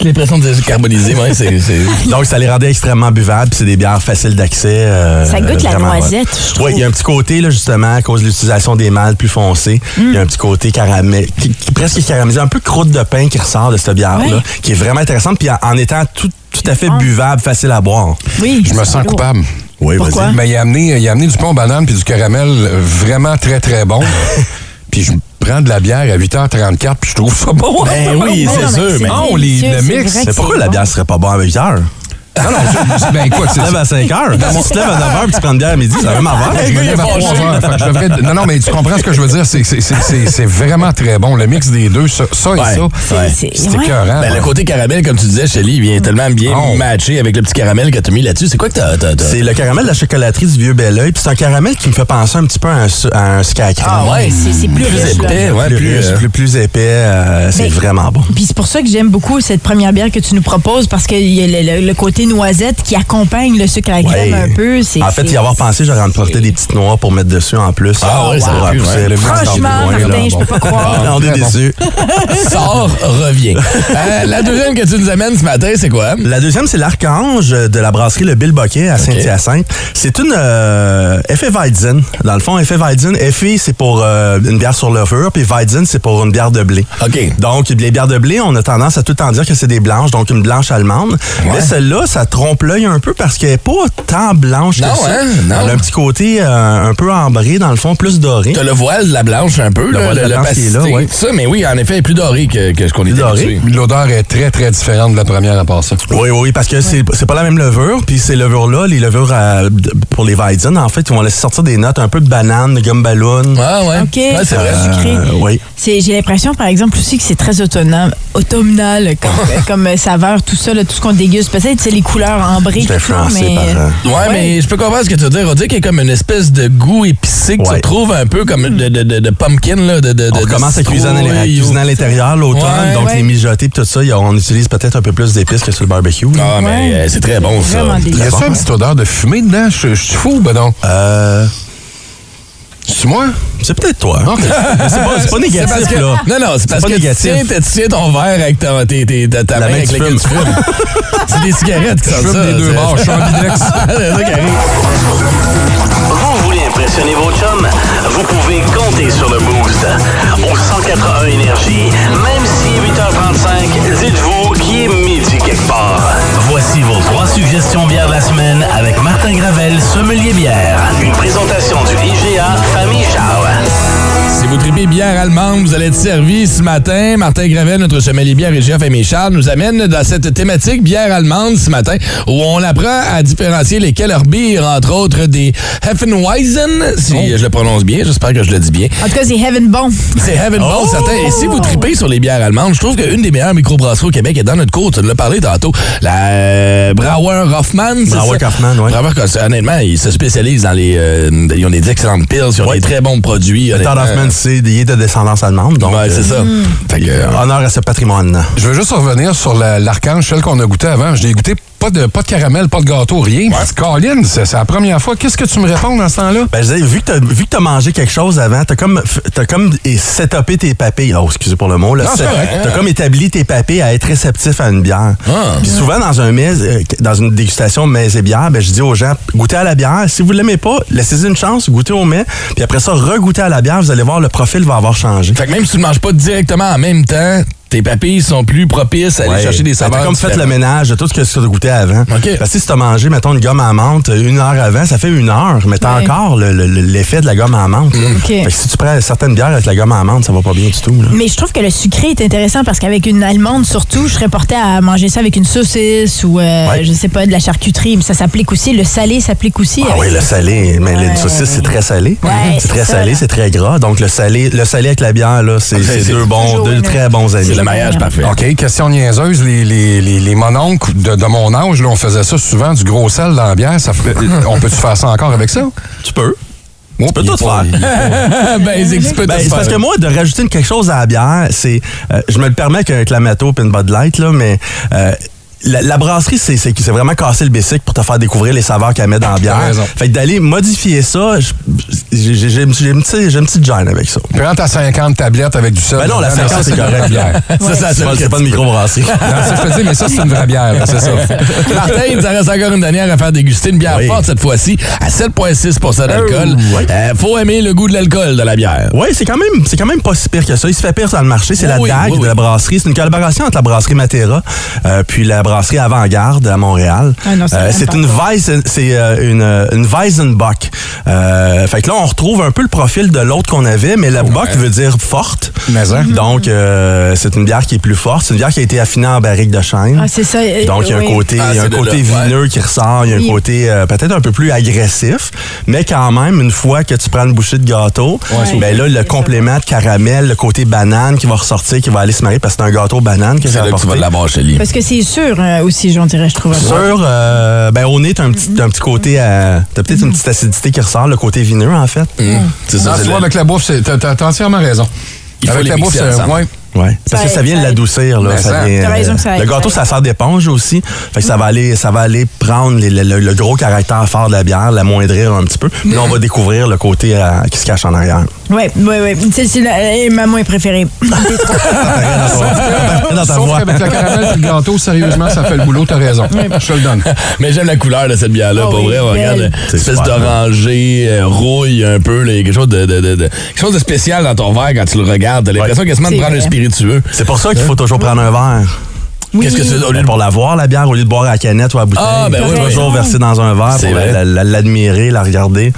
Speaker 3: j'ai l'impression de dire carbonisé, mais c'est. c'est-
Speaker 13: Donc, ça les rendait extrêmement buvables. puis C'est des bières faciles d'accès. euh,
Speaker 5: Ça goûte la
Speaker 13: vraiment bonnes.
Speaker 5: noisette, je trouve.
Speaker 13: Oui, il y a un petit côté, là, justement, à cause de l'utilisation des mâles plus foncés. Il y a un petit côté caramel, qui- qui- presque caramélisé, un peu croûte de pain qui ressort de cette bière-là,
Speaker 5: Ouais. Ah.
Speaker 13: qui est vraiment intéressante, puis en, en étant tout, tout à fait buvable, facile à boire.
Speaker 5: Oui.
Speaker 6: Je me sens coupable.
Speaker 13: Oui,
Speaker 5: Pourquoi?
Speaker 13: vas-y.
Speaker 6: Mais Ben, il a amené, il a amené du pain aux bananes puis du caramel euh, vraiment très, très bon. puis je prends de la bière à 8h34 puis je trouve ça bon.
Speaker 3: Ben oui,
Speaker 5: Non,
Speaker 3: c'est
Speaker 5: mais
Speaker 3: sûr,
Speaker 5: c'est
Speaker 3: mais.
Speaker 6: non, les-
Speaker 5: délicieux,
Speaker 6: le
Speaker 5: c'est
Speaker 6: mix,
Speaker 5: vrai
Speaker 13: Mais
Speaker 5: que
Speaker 13: pourquoi
Speaker 5: c'est
Speaker 13: la
Speaker 5: bon.
Speaker 13: bière serait pas bonne à 8 heures?
Speaker 6: Non, non, je- je- ben quoi,
Speaker 13: Tu
Speaker 6: c'est
Speaker 13: te lèves Ah, à 5 heures. Si tu te lèves à 9 heures puis tu prends une bière à midi, ça va même avoir.
Speaker 6: Je me lève à trois heures, fait que je devrais- Non, non, mais tu comprends ce que je veux dire. C'est- c'est- C'est c'est- c'est vraiment très bon. Le mix des deux, ça, ça et
Speaker 3: Ouais.
Speaker 6: ça,
Speaker 3: Ouais.
Speaker 5: C'est-
Speaker 6: c'est
Speaker 5: ouais.
Speaker 6: écœurant. hein.
Speaker 3: Ben, le côté caramel, comme tu disais, Shelly, il vient tellement bien
Speaker 6: Oh.
Speaker 3: matché avec le petit caramel que t'as mis là-dessus. C'est quoi que t'as. t'as- t'as-
Speaker 13: C'est le caramel de la chocolaterie du vieux bel Puis c'est un caramel qui me fait penser un petit peu à un, su- à un sucre à crème.
Speaker 3: Ah ouais?
Speaker 5: C'est- c'est plus riche, là.
Speaker 3: épais, ouais,
Speaker 13: plus, riche,
Speaker 3: euh,
Speaker 13: plus, plus épais, euh, c'est
Speaker 5: Mais-
Speaker 13: vraiment bon.
Speaker 5: Puis c'est pour ça que j'aime beaucoup cette première bière que tu nous proposes parce qu'il y a le, le- le côté noisette qui accompagne le sucre à la crème
Speaker 13: Ouais.
Speaker 5: un peu. c'est-
Speaker 13: En fait, y
Speaker 5: c'est-
Speaker 13: avoir pensé, j'aurais emporté des petites noix pour mettre dessus en plus.
Speaker 3: Ah ouais, ça aurait pu, ouais.
Speaker 13: le
Speaker 5: Franchement, Martin, je peux pas croire.
Speaker 13: On
Speaker 3: Ah,
Speaker 13: est
Speaker 6: Très bon.
Speaker 13: déçus.
Speaker 3: Sors, reviens. Euh, la deuxième que tu nous amènes ce matin, c'est quoi?
Speaker 13: La deuxième, c'est l'archange de la brasserie Le Bill Boquet à Saint-Hyacinthe. C'est une euh, effet Weizen. Dans le fond, effet Weizen, effet, c'est pour euh, une bière sur levure, puis Weizen, c'est pour une bière de blé.
Speaker 3: OK.
Speaker 13: Donc, les bières de blé, on a tendance à tout le temps dire que c'est des blanches, donc une blanche allemande. Mais celle-là, ça trompe l'œil un peu parce qu'elle n'est pas tant blanche
Speaker 3: Non,
Speaker 13: que ça.
Speaker 3: hein? Non.
Speaker 13: Elle a un petit côté euh, un peu ambré, dans le fond, plus doré.
Speaker 3: T'as le voile de la blanche un peu,
Speaker 13: Le
Speaker 3: là,
Speaker 13: voile de
Speaker 3: le-
Speaker 13: la blanche qui est là,
Speaker 3: l'opacité,
Speaker 13: ouais.
Speaker 3: tout ça, mais oui, en effet, elle est plus dorée que, que ce qu'on est
Speaker 13: Plus dorée.
Speaker 3: habitué.
Speaker 6: L'odeur est très, très différente de la première à part ça.
Speaker 13: Oui, oui, parce que c'est c'est pas la même levure, puis ces levures-là, les levures à- pour les Weizen, en fait, ils vont laisser sortir des notes un peu de banane, de gomme ballon.
Speaker 3: Ah ouais.
Speaker 5: OK.
Speaker 3: Ouais, c'est vrai.
Speaker 5: Euh, Sucré.
Speaker 13: oui.
Speaker 5: C'est- J'ai l'impression, par exemple, aussi que c'est très autonome, automnal comme, comme euh, saveur, tout ça, là, tout ce qu'on déguste. Peut-être c'est les couleurs ambrées,
Speaker 13: C'est
Speaker 5: tout ça,
Speaker 13: influencé
Speaker 5: mais...
Speaker 13: par, euh,
Speaker 3: Ouais, mais je peux comprendre ce que tu veux dire. On dirait qu'il y a comme une espèce de goût épicé que tu
Speaker 13: Ouais.
Speaker 3: retrouves un peu comme de, de, de, de pumpkin, là, de, de,
Speaker 13: On
Speaker 3: de- de
Speaker 13: commence à
Speaker 3: citrouille
Speaker 13: cuisiner à l'in- à,
Speaker 3: ou-
Speaker 13: cuisiner à l'intérieur l'automne,
Speaker 3: Ouais,
Speaker 13: donc
Speaker 5: ouais.
Speaker 13: les mijotés et tout ça, y a- on utilise peut-être un peu plus d'épices que sur le barbecue. là.
Speaker 3: Ah, mais euh, c'est très bon, ça.
Speaker 5: Vraiment
Speaker 3: Ouais,
Speaker 6: Il y a
Speaker 5: délicieux.
Speaker 6: ça une petite odeur de fumée dedans? Je je suis fou, ben non.
Speaker 13: Euh,
Speaker 6: C'est moi?
Speaker 13: c'est peut-être toi.
Speaker 6: OK.
Speaker 13: Mais c'est pas, c'est pas
Speaker 3: Ah. C'est parce
Speaker 13: négatif,
Speaker 3: que-
Speaker 13: là.
Speaker 3: Non, non, c'est parce
Speaker 13: pas
Speaker 3: que tu
Speaker 13: négatif.
Speaker 3: tiens, tu tiens ton verre avec ta, tes- tes- ta- ta
Speaker 13: La
Speaker 3: main
Speaker 13: main
Speaker 3: avec
Speaker 13: qui
Speaker 3: laquelle tu
Speaker 13: fume.
Speaker 3: fumes. c'est des cigarettes qui
Speaker 6: Je
Speaker 3: sentent
Speaker 6: fume
Speaker 3: ça.
Speaker 6: des deux
Speaker 3: c'est-
Speaker 6: bords, je suis ambidex.
Speaker 3: C'est ça qui arrive.
Speaker 11: Vous voulez impressionner vos chums? Vous pouvez compter sur le Boost. Au 181 Énergie, même si 8h35, dites-vous qu'il est midi quelque part. Voici vos trois suggestions bières de la semaine avec Martin Gravel, sommelier bière. Une présentation du IGA Famille Charles.
Speaker 3: Si vous tripez bière allemande, vous allez être servi ce matin. Martin Gravel, notre sommelier bière et chef Aimé Charles, nous amène dans cette thématique bière allemande ce matin, où on apprend à différencier les Kellerbier, entre autres des Heffenweisen, si je le prononce bien, j'espère que je le dis bien.
Speaker 5: En tout cas, c'est heaven bon.
Speaker 3: C'est Heaven Ball, certain. Et si vous tripez sur les bières allemandes, je trouve qu'une des meilleures microbrasseries au Québec est dans notre cours. Tu l'as parlé tantôt. La euh, Brauer Hoffman, c'est
Speaker 13: Brauer
Speaker 3: ça?
Speaker 13: Kaufmann, ouais.
Speaker 3: Brauer Kaufmann, honnêtement, ils se spécialisent dans les... euh, ils ont des excellentes piles, ils ont des très bons produits.
Speaker 13: Todd
Speaker 3: honnêtement.
Speaker 13: Hoffman, c'est il est de descendance allemande, donc
Speaker 3: Ouais, c'est
Speaker 13: euh,
Speaker 3: ça. Fait que, euh,
Speaker 13: honneur à ce patrimoine.
Speaker 6: Je veux juste revenir sur la- l'archange, celle qu'on a goûtée avant. Je l'ai goûtée, pas de, pas de caramel, pas de gâteau, rien. Parce que, Colin, c'est c'est la première fois. Qu'est-ce que tu me réponds dans ce temps-là?
Speaker 13: Ben, je disais, vu que t'as- vu que t'as mangé quelque chose avant, t'as comme, f- t'as comme é- setupé tes papilles. Oh, excusez pour le mot, là.
Speaker 3: Non, c'est
Speaker 13: Set-
Speaker 3: correct.
Speaker 13: T'as comme établi tes papilles à être réceptif à une bière.
Speaker 3: Ah.
Speaker 13: Puis souvent, dans un mets, euh, dans une dégustation mets et bière, ben, je dis aux gens, goûtez à la bière. Si vous l'aimez pas, laissez-y une chance, goûtez au mets. Puis après ça, regoûtez à la bière, vous allez voir, le profil va avoir changé.
Speaker 3: fait que même si tu ne manges pas directement en même temps, tes papilles sont plus propices à aller
Speaker 13: Ouais.
Speaker 3: chercher des
Speaker 13: Ben, t'as
Speaker 3: saveurs.
Speaker 13: comme fait le
Speaker 3: différentes.
Speaker 13: ménage de tout ce que tu as goûté avant.
Speaker 3: OK.
Speaker 13: Parce que si tu as mangé, mettons, une gomme à menthe euh, une heure avant, ça fait une heure, mais t'as
Speaker 5: Ouais. Mm.
Speaker 13: encore le- le- le- l'effet de la gomme à menthe. là.
Speaker 5: OK.
Speaker 13: Fait que si tu prends certaines bières avec la gomme à menthe, ça va pas bien du tout. là.
Speaker 5: Mais je trouve que le sucré est intéressant parce qu'avec une allemande, surtout, je serais portée à manger ça avec une saucisse ou, euh,
Speaker 13: Ouais.
Speaker 5: je sais pas, de la charcuterie. Mais ça s'applique aussi. Le salé s'applique aussi.
Speaker 13: Ah oui, le salé. Mais
Speaker 5: Ouais.
Speaker 13: une saucisse, c'est très salé. Mm-hmm.
Speaker 5: Ouais,
Speaker 13: c'est très
Speaker 5: c'est ça,
Speaker 13: salé,
Speaker 5: là.
Speaker 13: c'est très gras. Donc, le salé, le salé avec la bière, là, c'est c'est
Speaker 3: c'est
Speaker 13: deux, bons,
Speaker 5: toujours
Speaker 13: deux
Speaker 5: une-
Speaker 13: très bons amis.
Speaker 3: C'est le mariage parfait.
Speaker 6: OK, question niaiseuse. Les, les, les, les mononcles de, de mon âge, là, on faisait ça souvent, du gros sel dans la bière. Ça ferait- on peut-tu faire ça encore avec ça?
Speaker 13: Tu peux.
Speaker 6: Oh,
Speaker 13: Tu peux
Speaker 6: il
Speaker 13: tout
Speaker 6: est pas-
Speaker 13: faire.
Speaker 6: il est-
Speaker 3: ben, c'est que tu peux
Speaker 13: Ben,
Speaker 3: tout
Speaker 13: c'est
Speaker 3: faire.
Speaker 13: parce que moi, de rajouter une- quelque chose à la bière, c'est. euh, je me le permets qu'un clamato et une Bud Light, là, mais. euh, la, la brasserie, c'est c'est- c'est vraiment casser le bicycle pour te faire découvrir les saveurs qu'elle met dans la
Speaker 6: T'as
Speaker 13: bière.
Speaker 6: raison.
Speaker 13: Fait que d'aller modifier ça, je- j'ai j'ai- j'ai une j'ai une petite j'ai une petite gêne avec ça.
Speaker 6: Prends ta 50 tablettes avec du sel.
Speaker 13: Ben non, la
Speaker 6: dedans, mais
Speaker 13: 50,
Speaker 6: ça,
Speaker 13: c'est
Speaker 6: une vraie
Speaker 13: correct.
Speaker 6: bière.
Speaker 13: Ça, ça, c'est pas- c'est pas de microbrasserie.
Speaker 6: Non, c'est- je te dis, mais ça, c'est une vraie bière, là, c'est ça.
Speaker 3: Martin, il nous en reste encore une dernière à faire déguster une bière
Speaker 13: Oui.
Speaker 3: forte cette fois-ci à 7,6 d'alcool.
Speaker 13: Euh, ouais.
Speaker 3: Euh, faut aimer le goût de l'alcool de la bière.
Speaker 13: Oui, c'est quand même c'est quand même pas si pire que ça. Il se fait pire sur le marché. C'est la
Speaker 3: Oui,
Speaker 13: DAG
Speaker 3: oui,
Speaker 13: de
Speaker 3: oui.
Speaker 13: la brasserie. C'est une collaboration entre la brasserie Matera euh, puis la brasserie Avant-Garde à Montréal.
Speaker 5: Ah non, c'est
Speaker 13: Euh,
Speaker 5: vraiment
Speaker 13: c'est
Speaker 5: pas
Speaker 13: une
Speaker 5: ça.
Speaker 13: Weizen, c'est euh, une, euh, une Weizenbock. Euh, fait que là, on retrouve un peu le profil de l'autre qu'on avait, mais la Bock veut dire forte.
Speaker 6: Mais, hein.
Speaker 13: Donc, euh, c'est une bière qui est plus forte. C'est une bière qui a été affinée en barrique de chêne.
Speaker 5: Ah, c'est ça. euh,
Speaker 13: Donc, il y a un
Speaker 5: oui.
Speaker 13: côté,
Speaker 3: Ah,
Speaker 13: il y a
Speaker 3: c'est
Speaker 13: un
Speaker 3: de
Speaker 13: côté
Speaker 3: là, ouais.
Speaker 13: vineux qui ressort, il y a un
Speaker 5: Oui.
Speaker 13: côté euh, peut-être un peu plus agressif, mais quand même, une fois que tu prends une bouchée de gâteau, ben là, le complément de caramel, le côté banane qui va ressortir, qui va aller se marier parce que c'est un gâteau banane que
Speaker 3: C'est
Speaker 13: j'ai
Speaker 3: là que tu
Speaker 13: apporté.
Speaker 3: vas l'avoir, Shelly.
Speaker 5: Parce que c'est sûr euh, aussi, j'en dirais, je trouve.
Speaker 13: Sur, euh, ben, au nez, t'as un petit, t'as un petit côté, euh, t'as peut-être une petite acidité qui ressort, le côté vineux, en fait.
Speaker 3: Mmh. C'est ça,
Speaker 6: Ah,
Speaker 3: c'est
Speaker 6: tu vois,
Speaker 3: le-
Speaker 6: avec la bouffe, c'est- t'as t'as- t'as entièrement raison.
Speaker 3: Il faut
Speaker 6: avec
Speaker 3: les
Speaker 6: la bouffe,
Speaker 3: mixer
Speaker 6: c'est
Speaker 3: ensemble.
Speaker 6: ouais.
Speaker 13: Ouais. Parce que
Speaker 5: Ça
Speaker 13: ça
Speaker 5: aide,
Speaker 13: vient
Speaker 5: ça aide.
Speaker 13: l'adoucir, là.
Speaker 6: Ben, ça-
Speaker 13: Ça vient, euh,
Speaker 5: T'as raison que ça aide,
Speaker 13: le gâteau,
Speaker 5: ça
Speaker 13: ça
Speaker 5: aide.
Speaker 13: sert d'éponge aussi. Fait que ça va aller, ça va aller prendre les- le, le- le gros caractère fort de la bière, l'amoindrir un petit peu. Puis là, on va découvrir le côté euh, qui se cache en arrière.
Speaker 5: Oui, oui, oui. C'est la- euh, ma moins préférée.
Speaker 13: Ah, Dans ta
Speaker 6: Sauf
Speaker 13: voix.
Speaker 6: qu'avec le caramel et le gâteau, sérieusement, ça fait le boulot, t'as raison. Je te le donne.
Speaker 3: Mais j'aime la couleur de cette bière-là,
Speaker 5: Ah
Speaker 3: pour
Speaker 5: oui,
Speaker 3: vrai. On
Speaker 5: belle.
Speaker 3: regarde, euh,
Speaker 13: C'est
Speaker 3: espèce
Speaker 13: super,
Speaker 3: d'orangé, euh, rouille un peu, là, quelque, chose de, de- de- de- quelque chose de spécial dans ton verre quand tu le regardes. T'as l'impression quasiment de
Speaker 5: C'est
Speaker 3: prendre un
Speaker 5: vrai.
Speaker 3: spiritueux.
Speaker 13: C'est pour ça qu'il faut toujours prendre un verre. Qu'est-ce
Speaker 3: Euh,
Speaker 13: que tu veux dire? Au lieu de pour la voir, la bière, au lieu de boire à la canette ou à la bouteille,
Speaker 10: Ah, ben oui, oui.
Speaker 13: toujours verser dans un verre
Speaker 10: C'est
Speaker 13: pour
Speaker 10: vrai.
Speaker 13: la- la- l'admirer, la regarder,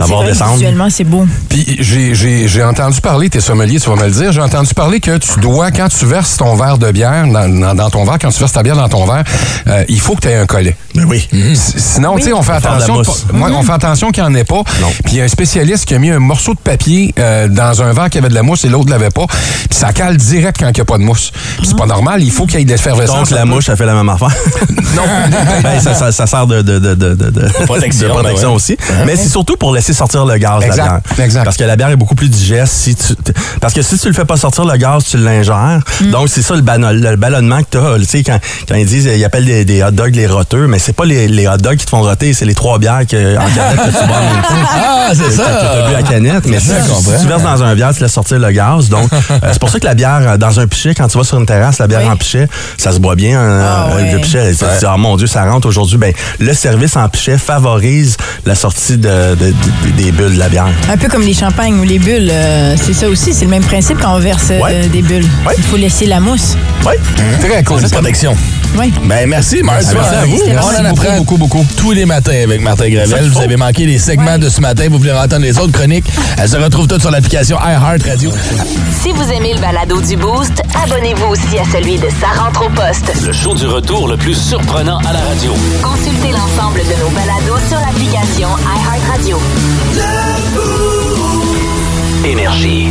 Speaker 13: la voir descendre.
Speaker 5: Visuellement, c'est beau.
Speaker 6: Puis j'ai- j'ai j'ai entendu parler, tes sommeliers, tu vas me le dire, j'ai entendu parler que tu dois, quand tu verses ton verre de bière dans, dans- dans ton verre, quand tu verses ta bière dans ton verre, euh, il faut que tu aies un collet.
Speaker 13: Mais Ben oui.
Speaker 6: S- Sinon, tu sais, on fait
Speaker 13: Faut faire de la
Speaker 6: attention.
Speaker 13: mousse.
Speaker 6: pas- ouais, on fait attention qu'il n'y en ait pas. Puis il y a un spécialiste qui a mis un morceau de papier euh, dans un verre qui avait de la mousse et l'autre ne l'avait pas. Puis ça cale direct quand il n'y a pas de mousse. Puis c'est pas normal, il faut qu'il y ait de l'effervescence.
Speaker 13: Donc, la mouche, ça fait la même affaire.
Speaker 6: Non.
Speaker 13: Ben, ça, ça- ça sert de, de- de- de- de- de-
Speaker 10: protection, ben
Speaker 13: de protection
Speaker 10: ouais. Uh-huh.
Speaker 13: aussi. Mais c'est surtout pour laisser sortir le gaz,
Speaker 6: Exact,
Speaker 13: la bière.
Speaker 6: exact.
Speaker 13: Parce que la bière est beaucoup plus digeste. Si tu, t- parce que si tu le fais pas sortir le gaz, tu l'ingères.
Speaker 10: Mm.
Speaker 13: Donc, c'est ça le, bano- le ballonnement que tu as. Tu sais, quand, quand ils disent, ils appellent des, des hot dogs les roteux, mais c'est pas les, les hot dogs qui te font roter, c'est les trois bières que, en canette que tu bois en même temps.
Speaker 10: Ah, c'est
Speaker 13: que t'as bu
Speaker 10: ça!
Speaker 13: à canette, mais si,
Speaker 10: Je
Speaker 13: si
Speaker 10: comprends.
Speaker 13: tu verses dans un verre, tu laisses sortir le gaz. Donc, euh, c'est pour ça que la bière euh, dans un pichet, quand tu vas sur une terrasse, la bière en pichet, ça se boit bien. euh,
Speaker 5: Ah ouais.
Speaker 13: Le pichet, tu te dis, Ah, mon Dieu, ça rentre aujourd'hui. Ben, le service en pichet favorise la sortie de- de- de- des bulles de la bière.
Speaker 5: Un peu comme les champagnes ou les bulles. euh, c'est ça aussi, c'est le même principe quand on verse euh,
Speaker 13: Ouais.
Speaker 5: des bulles.
Speaker 13: Ouais.
Speaker 5: Il faut laisser la mousse.
Speaker 13: Oui.
Speaker 6: Très cool.
Speaker 3: Protection.
Speaker 5: Oui.
Speaker 3: Ben merci, Marc.
Speaker 5: Merci,
Speaker 3: Merci à
Speaker 5: Marc.
Speaker 3: vous.
Speaker 5: C'était
Speaker 3: On en
Speaker 5: vraiment
Speaker 3: apprend beaucoup, beaucoup. Tous les matins avec Martin Gravel. Vous avez manqué les segments de ce matin. Vous voulez entendre les autres chroniques. Elles se retrouvent toutes sur l'application iHeart Radio.
Speaker 1: Si vous aimez le balado du Boost, abonnez-vous aussi à celui de Sa rentre au poste.
Speaker 11: Le show du retour le plus surprenant à la radio.
Speaker 1: Consultez l'ensemble de nos balados sur l'application iHeartRadio.
Speaker 11: Énergie.